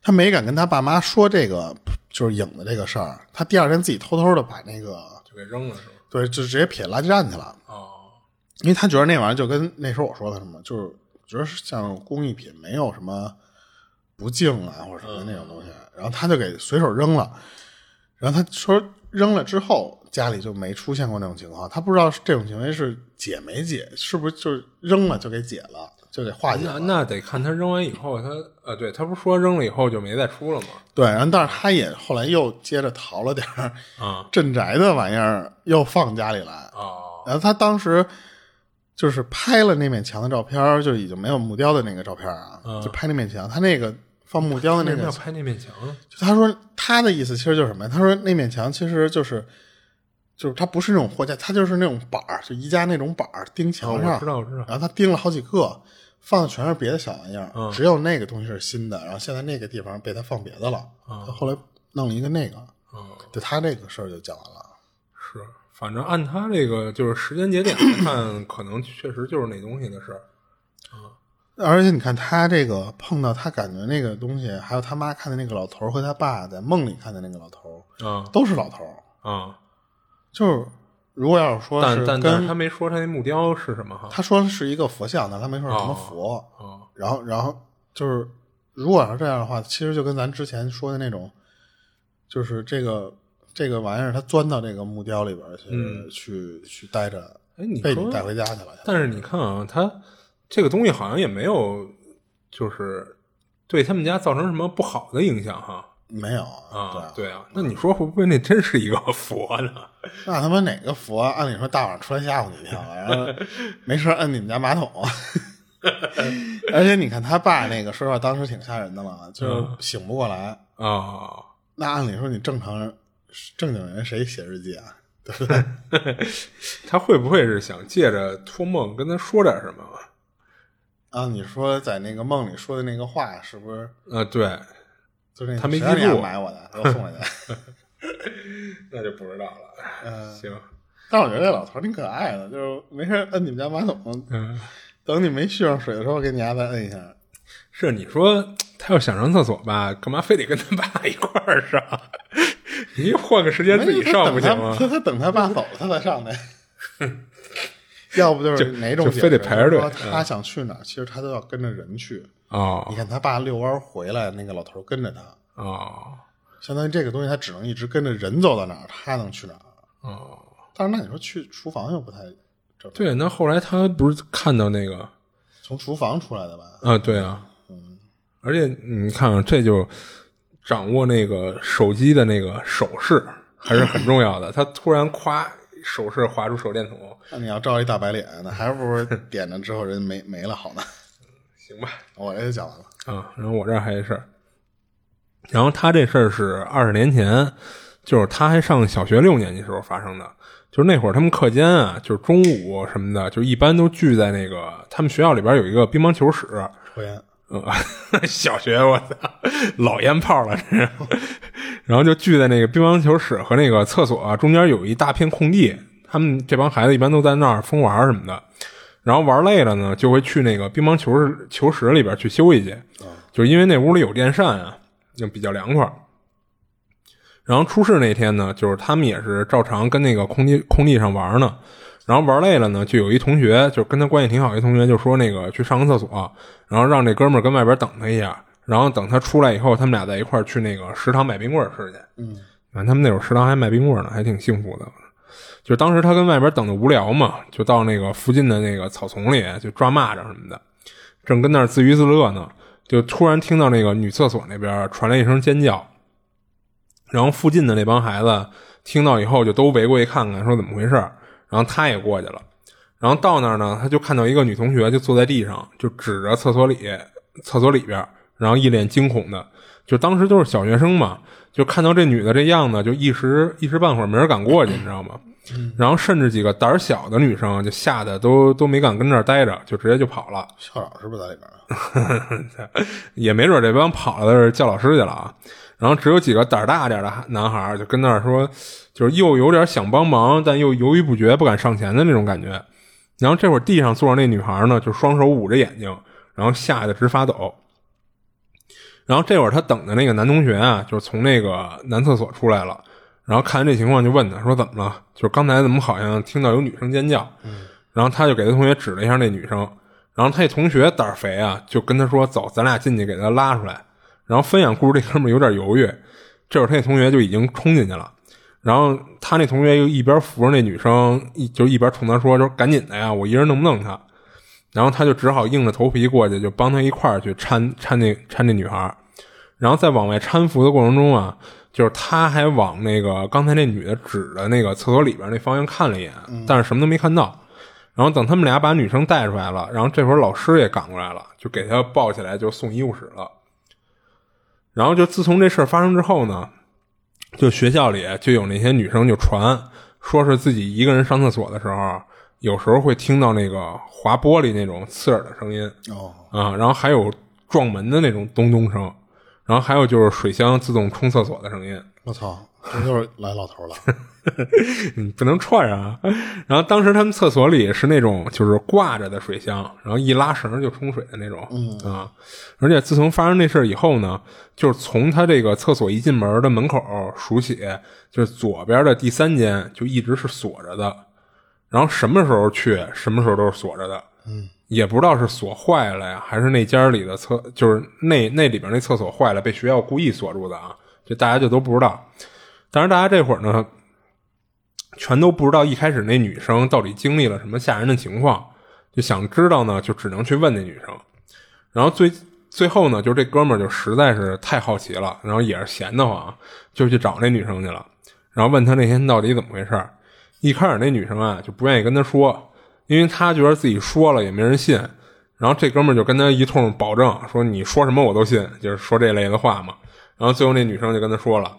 S1: 他没敢跟他爸妈说这个，就是影的这个事儿。他第二天自己偷偷的把那个，
S2: 就给扔了是吧？
S1: 对，就直接撇垃圾站去了，
S2: 哦，
S1: 因为他觉得那玩意儿就跟那时候我说的什么，就是觉得是像工艺品，没有什么不敬啊或者什么那种东西。然后他就给随手扔了。然后他说扔了之后，家里就没出现过那种情况。他不知道是这种行为是解没解，是不是就是扔了就给解了，就给化解了
S2: 哎那。那得看他扔完以后，他呃，对他不是说扔了以后就没再出了吗？
S1: 对，然后但是他也后来又接着淘了点儿
S2: 啊
S1: 镇宅的玩意儿，又放家里来。
S2: 哦
S1: 然后他当时就是拍了那面墙的照片儿，就已经没有木雕的那个照片儿啊，
S2: 嗯
S1: 就拍那面墙。他那个放木雕的
S2: 为
S1: 那
S2: 什么
S1: 面
S2: 要
S1: 墙，
S2: 拍那面墙呢？
S1: 就他说他的意思其实就是什么呀？他说那面墙其实就是就是它不是那种货架，它就是那种板儿，就宜家那种板儿钉墙上。
S2: 哦我知道，我知道。
S1: 然后他钉了好几个，放的全是别的小玩意儿，
S2: 嗯
S1: 只有那个东西是新的。然后现在那个地方被他放别的了，
S2: 嗯
S1: 他后来弄了一个那个，
S2: 嗯，
S1: 就他这个事儿就讲完了。
S2: 是，反正按他这个就是时间节点来看，可能确实就是那东西的事儿。
S1: 而且你看他这个碰到他感觉那个东西，还有他妈看的那个老头儿和他爸在梦里看的那个老头儿，
S2: 啊
S1: 都是老头儿。
S2: 啊，
S1: 就是如果要是说
S2: 但
S1: 是
S2: 但
S1: 跟
S2: 但是他没说他那木雕是什么哈。
S1: 他说是一个佛像，但他没说是什么佛。
S2: 啊
S1: 然后，然后就是，如果要是这样的话，其实就跟咱之前说的那种，就是这个这个玩意儿，它钻到这个木雕里边儿去、
S2: 嗯
S1: 去去待着，
S2: 哎，你
S1: 被
S2: 说
S1: 你带回家去了。
S2: 但是你看啊，他这个东西好像也没有，就是对他们家造成什么不好的影响哈。
S1: 没有对
S2: 啊，对啊，那你说会不会那真是一个佛呢？
S1: 那他妈哪个佛？啊按理说大晚上出来吓唬你一跳，然 后没事儿摁你们家马桶。 而且你看他爸那个，说实话，当时挺吓人的嘛，就是
S2: 嗯
S1: 醒不过来。
S2: 啊，
S1: 那按理说，你正常人、正经人谁写日记啊？
S2: 他会不会是想借着托梦跟他说点什么啊？
S1: 啊，你说在那个梦里说的那个话，是不是
S2: 啊，对，
S1: 就是那
S2: 他没
S1: 谁让
S2: 记
S1: 你
S2: 住
S1: 要买我的，给我送回去。
S2: 那就不知道了。
S1: 嗯，
S2: 行，
S1: 但我觉得这老头儿挺可爱的，就是没事儿摁你们家马桶，
S2: 嗯，
S1: 等你没续上水的时候，给你家再摁一下。
S2: 是你说他要想上厕所吧，干嘛非得跟他爸一块儿上？ 你换个时间自己上不行啊吗
S1: 他？他等他爸走了，他才上的。 要不就是哪种
S2: 就
S1: 解释
S2: 非得排着队
S1: 说他想去哪儿，其实他都要跟着人去。
S2: 哦
S1: 你看他爸遛弯儿回来，那个老头儿跟着他，
S2: 哦
S1: 相当于这个东西他只能一直跟着人走到哪儿，他能去哪儿。
S2: 哦，
S1: 但是那你说去厨房又不太正常，
S2: 对，那后来他不是看到那个
S1: 从厨房出来的吧？
S2: 啊，对啊，而且你看啊，这就掌握那个手机的那个手势还是很重要的。他突然夸手势划出手电筒，
S1: 那你要照一大白脸，那还不如点了之后人没没了好呢。
S2: 行吧？
S1: 我这就讲完了。
S2: 啊，然后我这儿还有一事儿，然后他这事儿是二十年前，就是他还上小学六年级时候发生的。就是那会儿他们课间啊，就是中午什么的，就一般都聚在那个他们学校里边有一个乒乓球室，
S1: 抽烟，
S2: 嗯， 小学我操，老烟炮了这是。 然后就聚在那个乒乓球室和那个厕所、啊、中间有一大片空地，他们这帮孩子一般都在那儿疯玩什么的。然后玩累了呢，就会去那个乒乓球室球室里边去休息去，就是因为那屋里有电扇啊，就比较凉快。然后出事那天呢，就是他们也是照常跟那个空地空地上玩呢，然后玩累了呢，就有一同学就跟他关系挺好，一同学就说那个去上个厕所，然后让这哥们儿跟外边等他一下，然后等他出来以后，他们俩在一块儿去那个食堂买冰棍儿吃去。嗯，反正他们那会儿食堂还卖冰棍儿呢，还挺幸福的。就是当时他跟外边等的无聊嘛，就到那个附近的那个草丛里就抓蚂蚱什么的，正跟那儿自娱自乐呢，就突然听到那个女厕所那边传来一声尖叫，然后附近的那帮孩子听到以后就都围过去看看，说怎么回事儿然后他也过去了，然后到那儿呢，他就看到一个女同学就坐在地上，就指着厕所里，厕所里边儿，然后一脸惊恐的，就当时都是小学生嘛，就看到这女的这样子，就一时一时半会儿没人敢过去，你知道吗？然后甚至几个胆儿小的女生就吓得都都没敢跟那儿待着，就直接就跑了。
S1: 校长是不是在里边啊？
S2: 也没准这帮跑了的是叫老师去了啊。然后只有几个胆儿大点儿的男孩儿就跟那儿说，就是又有点想帮忙，但又犹豫不决，不敢上前的那种感觉。然后这会儿地上坐着那女孩儿呢，就双手捂着眼睛，然后吓得直发抖。然后这会儿他等的那个男同学啊，就是从那个男厕所出来了，然后看见这情况就问他说怎么了？就是刚才怎么好像听到有女生尖叫？然后他就给他同学指了一下那女生，然后他那同学胆儿肥啊，就跟他说走，咱俩进去给他拉出来。然后分享故事这哥们儿有点犹豫，这会儿他那同学就已经冲进去了。然后他那同学又一边扶着那女生，一就一边冲他说：“说赶紧的呀，我一人弄不弄她？”然后他就只好硬着头皮过去，就帮他一块儿去搀搀那搀那女孩儿。然后在往外搀扶的过程中啊，就是他还往那个刚才那女的指的那个厕所里边那方向看了一眼，但是什么都没看到。然后等他们俩把女生带出来了，然后这会儿老师也赶过来了，就给他抱起来就送医务室了。然后就自从这事儿发生之后呢，就学校里就有那些女生就传说是自己一个人上厕所的时候，啊有时候会听到那个划玻璃那种刺耳的声音
S1: 哦，
S2: 啊，然后还有撞门的那种咚咚声，然后还有就是水箱自动冲厕所的声音。
S1: 我操，这就是来老头了。
S2: 你不能串啊！然后当时他们厕所里是那种就是挂着的水箱，然后一拉绳就冲水的那种，嗯啊。而且自从发生那事儿以后呢，就是从他这个厕所一进门的门口数起，就是左边的第三间就一直是锁着的，然后什么时候去，什么时候都是锁着的，嗯，也不知道是锁坏了呀，还是那间儿里的厕就是那那里边那厕所坏了，被学校故意锁住的啊，这大家就都不知道。但是大家这会儿呢，全都不知道一开始那女生到底经历了什么吓人的情况，就想知道呢，就只能去问那女生。然后最最后呢，就这哥们儿就实在是太好奇了，然后也是闲得慌，就去找那女生去了，然后问她那天到底怎么回事儿。一开始那女生啊就不愿意跟他说，因为她觉得自己说了也没人信。然后这哥们儿就跟他一通保证说你说什么我都信，就是说这类的话嘛。然后最后那女生就跟他说了，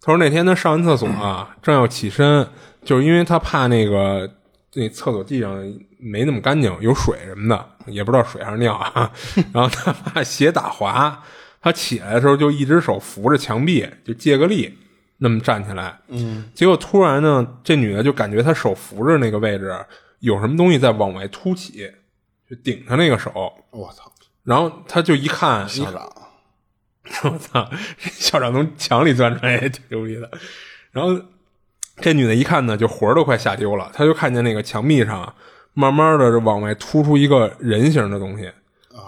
S2: 他说那天他上完厕所啊，正要起身，就是因为他怕那个那厕所地上没那么干净，有水什么的，也不知道水还是尿啊。 然后他怕鞋打滑，他起来的时候就一只手扶着墙壁，就借个力那么站起来。嗯，结果突然呢，这女的就感觉她手扶着那个位置有什么东西在往外凸起，就顶她那个手。
S1: 我操，
S2: 然后她就一看，一
S1: 校长，
S2: 我操，这 校长从墙里钻出来也挺牛逼的。然后这女的一看呢，就魂儿都快吓丢了，她就看见那个墙壁上慢慢的往外突出一个人形的东西，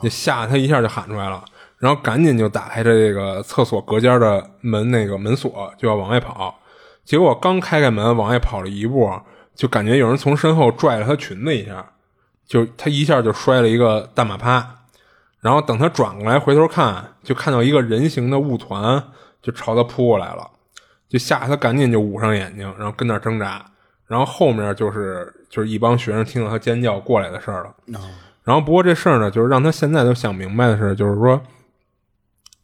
S2: 就吓她一下就喊出来了，然后赶紧就打开这个厕所隔间的门那个门锁，就要往外跑。结果刚开开门往外跑了一步，就感觉有人从身后拽了她裙子一下，就她一下就摔了一个大马趴。然后等他转过来回头看，就看到一个人形的雾团就朝他扑过来了，就吓得他赶紧就捂上眼睛，然后跟那儿挣扎。然后后面就是就是一帮学生听到他尖叫过来的事儿了。
S1: 啊
S2: 然后不过这事儿呢，就是让他现在都想明白的是，就是说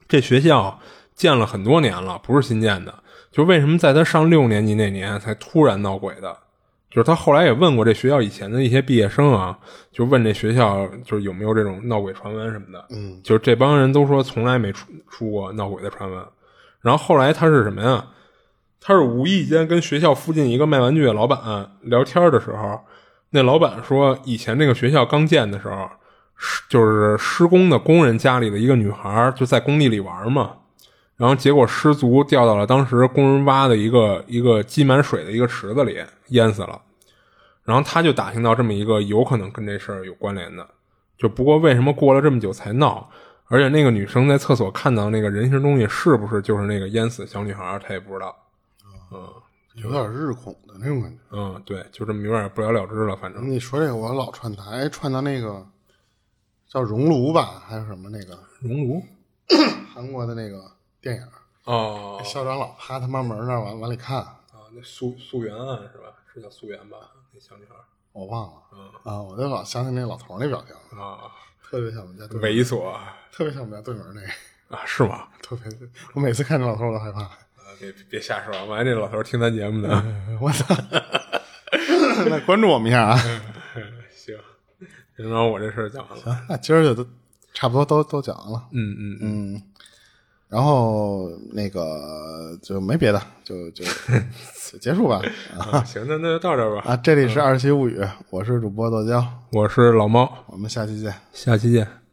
S2: 这学校建了很多年了，不是新建的。就为什么在他上六年级那年才突然闹鬼的？就是他后来也问过这学校以前的一些毕业生啊，就问这学校就是有没有这种闹鬼传闻什么的。
S1: 嗯，
S2: 就是这帮人都说从来没出出过闹鬼的传闻。然后后来他是什么呀？他是无意间跟学校附近一个卖玩具的老板聊天的时候，那老板说，以前那个学校刚建的时候，施就是施工的工人家里的一个女孩儿就在工地里玩嘛，然后结果失足掉到了当时工人挖的一个一个积满水的一个池子里，淹死了。然后他就打听到这么一个有可能跟这事儿有关联的，就不过为什么过了这么久才闹？而且那个女生在厕所看到那个人形东西，是不是就是那个淹死的小女孩儿？她也不知道。
S1: 有点日恐的那种感觉。
S2: 嗯，对，就这么有点不了了之了。反正
S1: 你说这个，我老串台哎串到那个叫《熔炉》吧，还是什么那个
S2: 熔炉
S1: 韩国的那个电影，
S2: 哦，
S1: 校长老趴他妈门那儿往往里看，
S2: 啊啊，那溯溯源案是吧？是叫溯源吧？那小女孩儿，
S1: 我忘了，啊，我就老想起那老头儿那表情，
S2: 啊，
S1: 特别像我们家对门，
S2: 猥琐啊，
S1: 特别像我们家对门那个，
S2: 是吗？
S1: 特别，我每次看见老头儿我都害怕，
S2: 啊别别瞎说，万一这老头儿听咱节目 呢。
S1: 我操！那关注我们一下啊！
S2: 行，行，然后我这事儿讲完了。
S1: 那今儿就都差不多都都讲完了，
S2: 嗯嗯嗯，
S1: 然后那个就没别的，就就就结束吧。
S2: 啊行，那那就到这儿吧。
S1: 啊，这里是二七物语，我是主播剁椒，
S2: 我是老猫，
S1: 我们下期见。
S2: 下期见。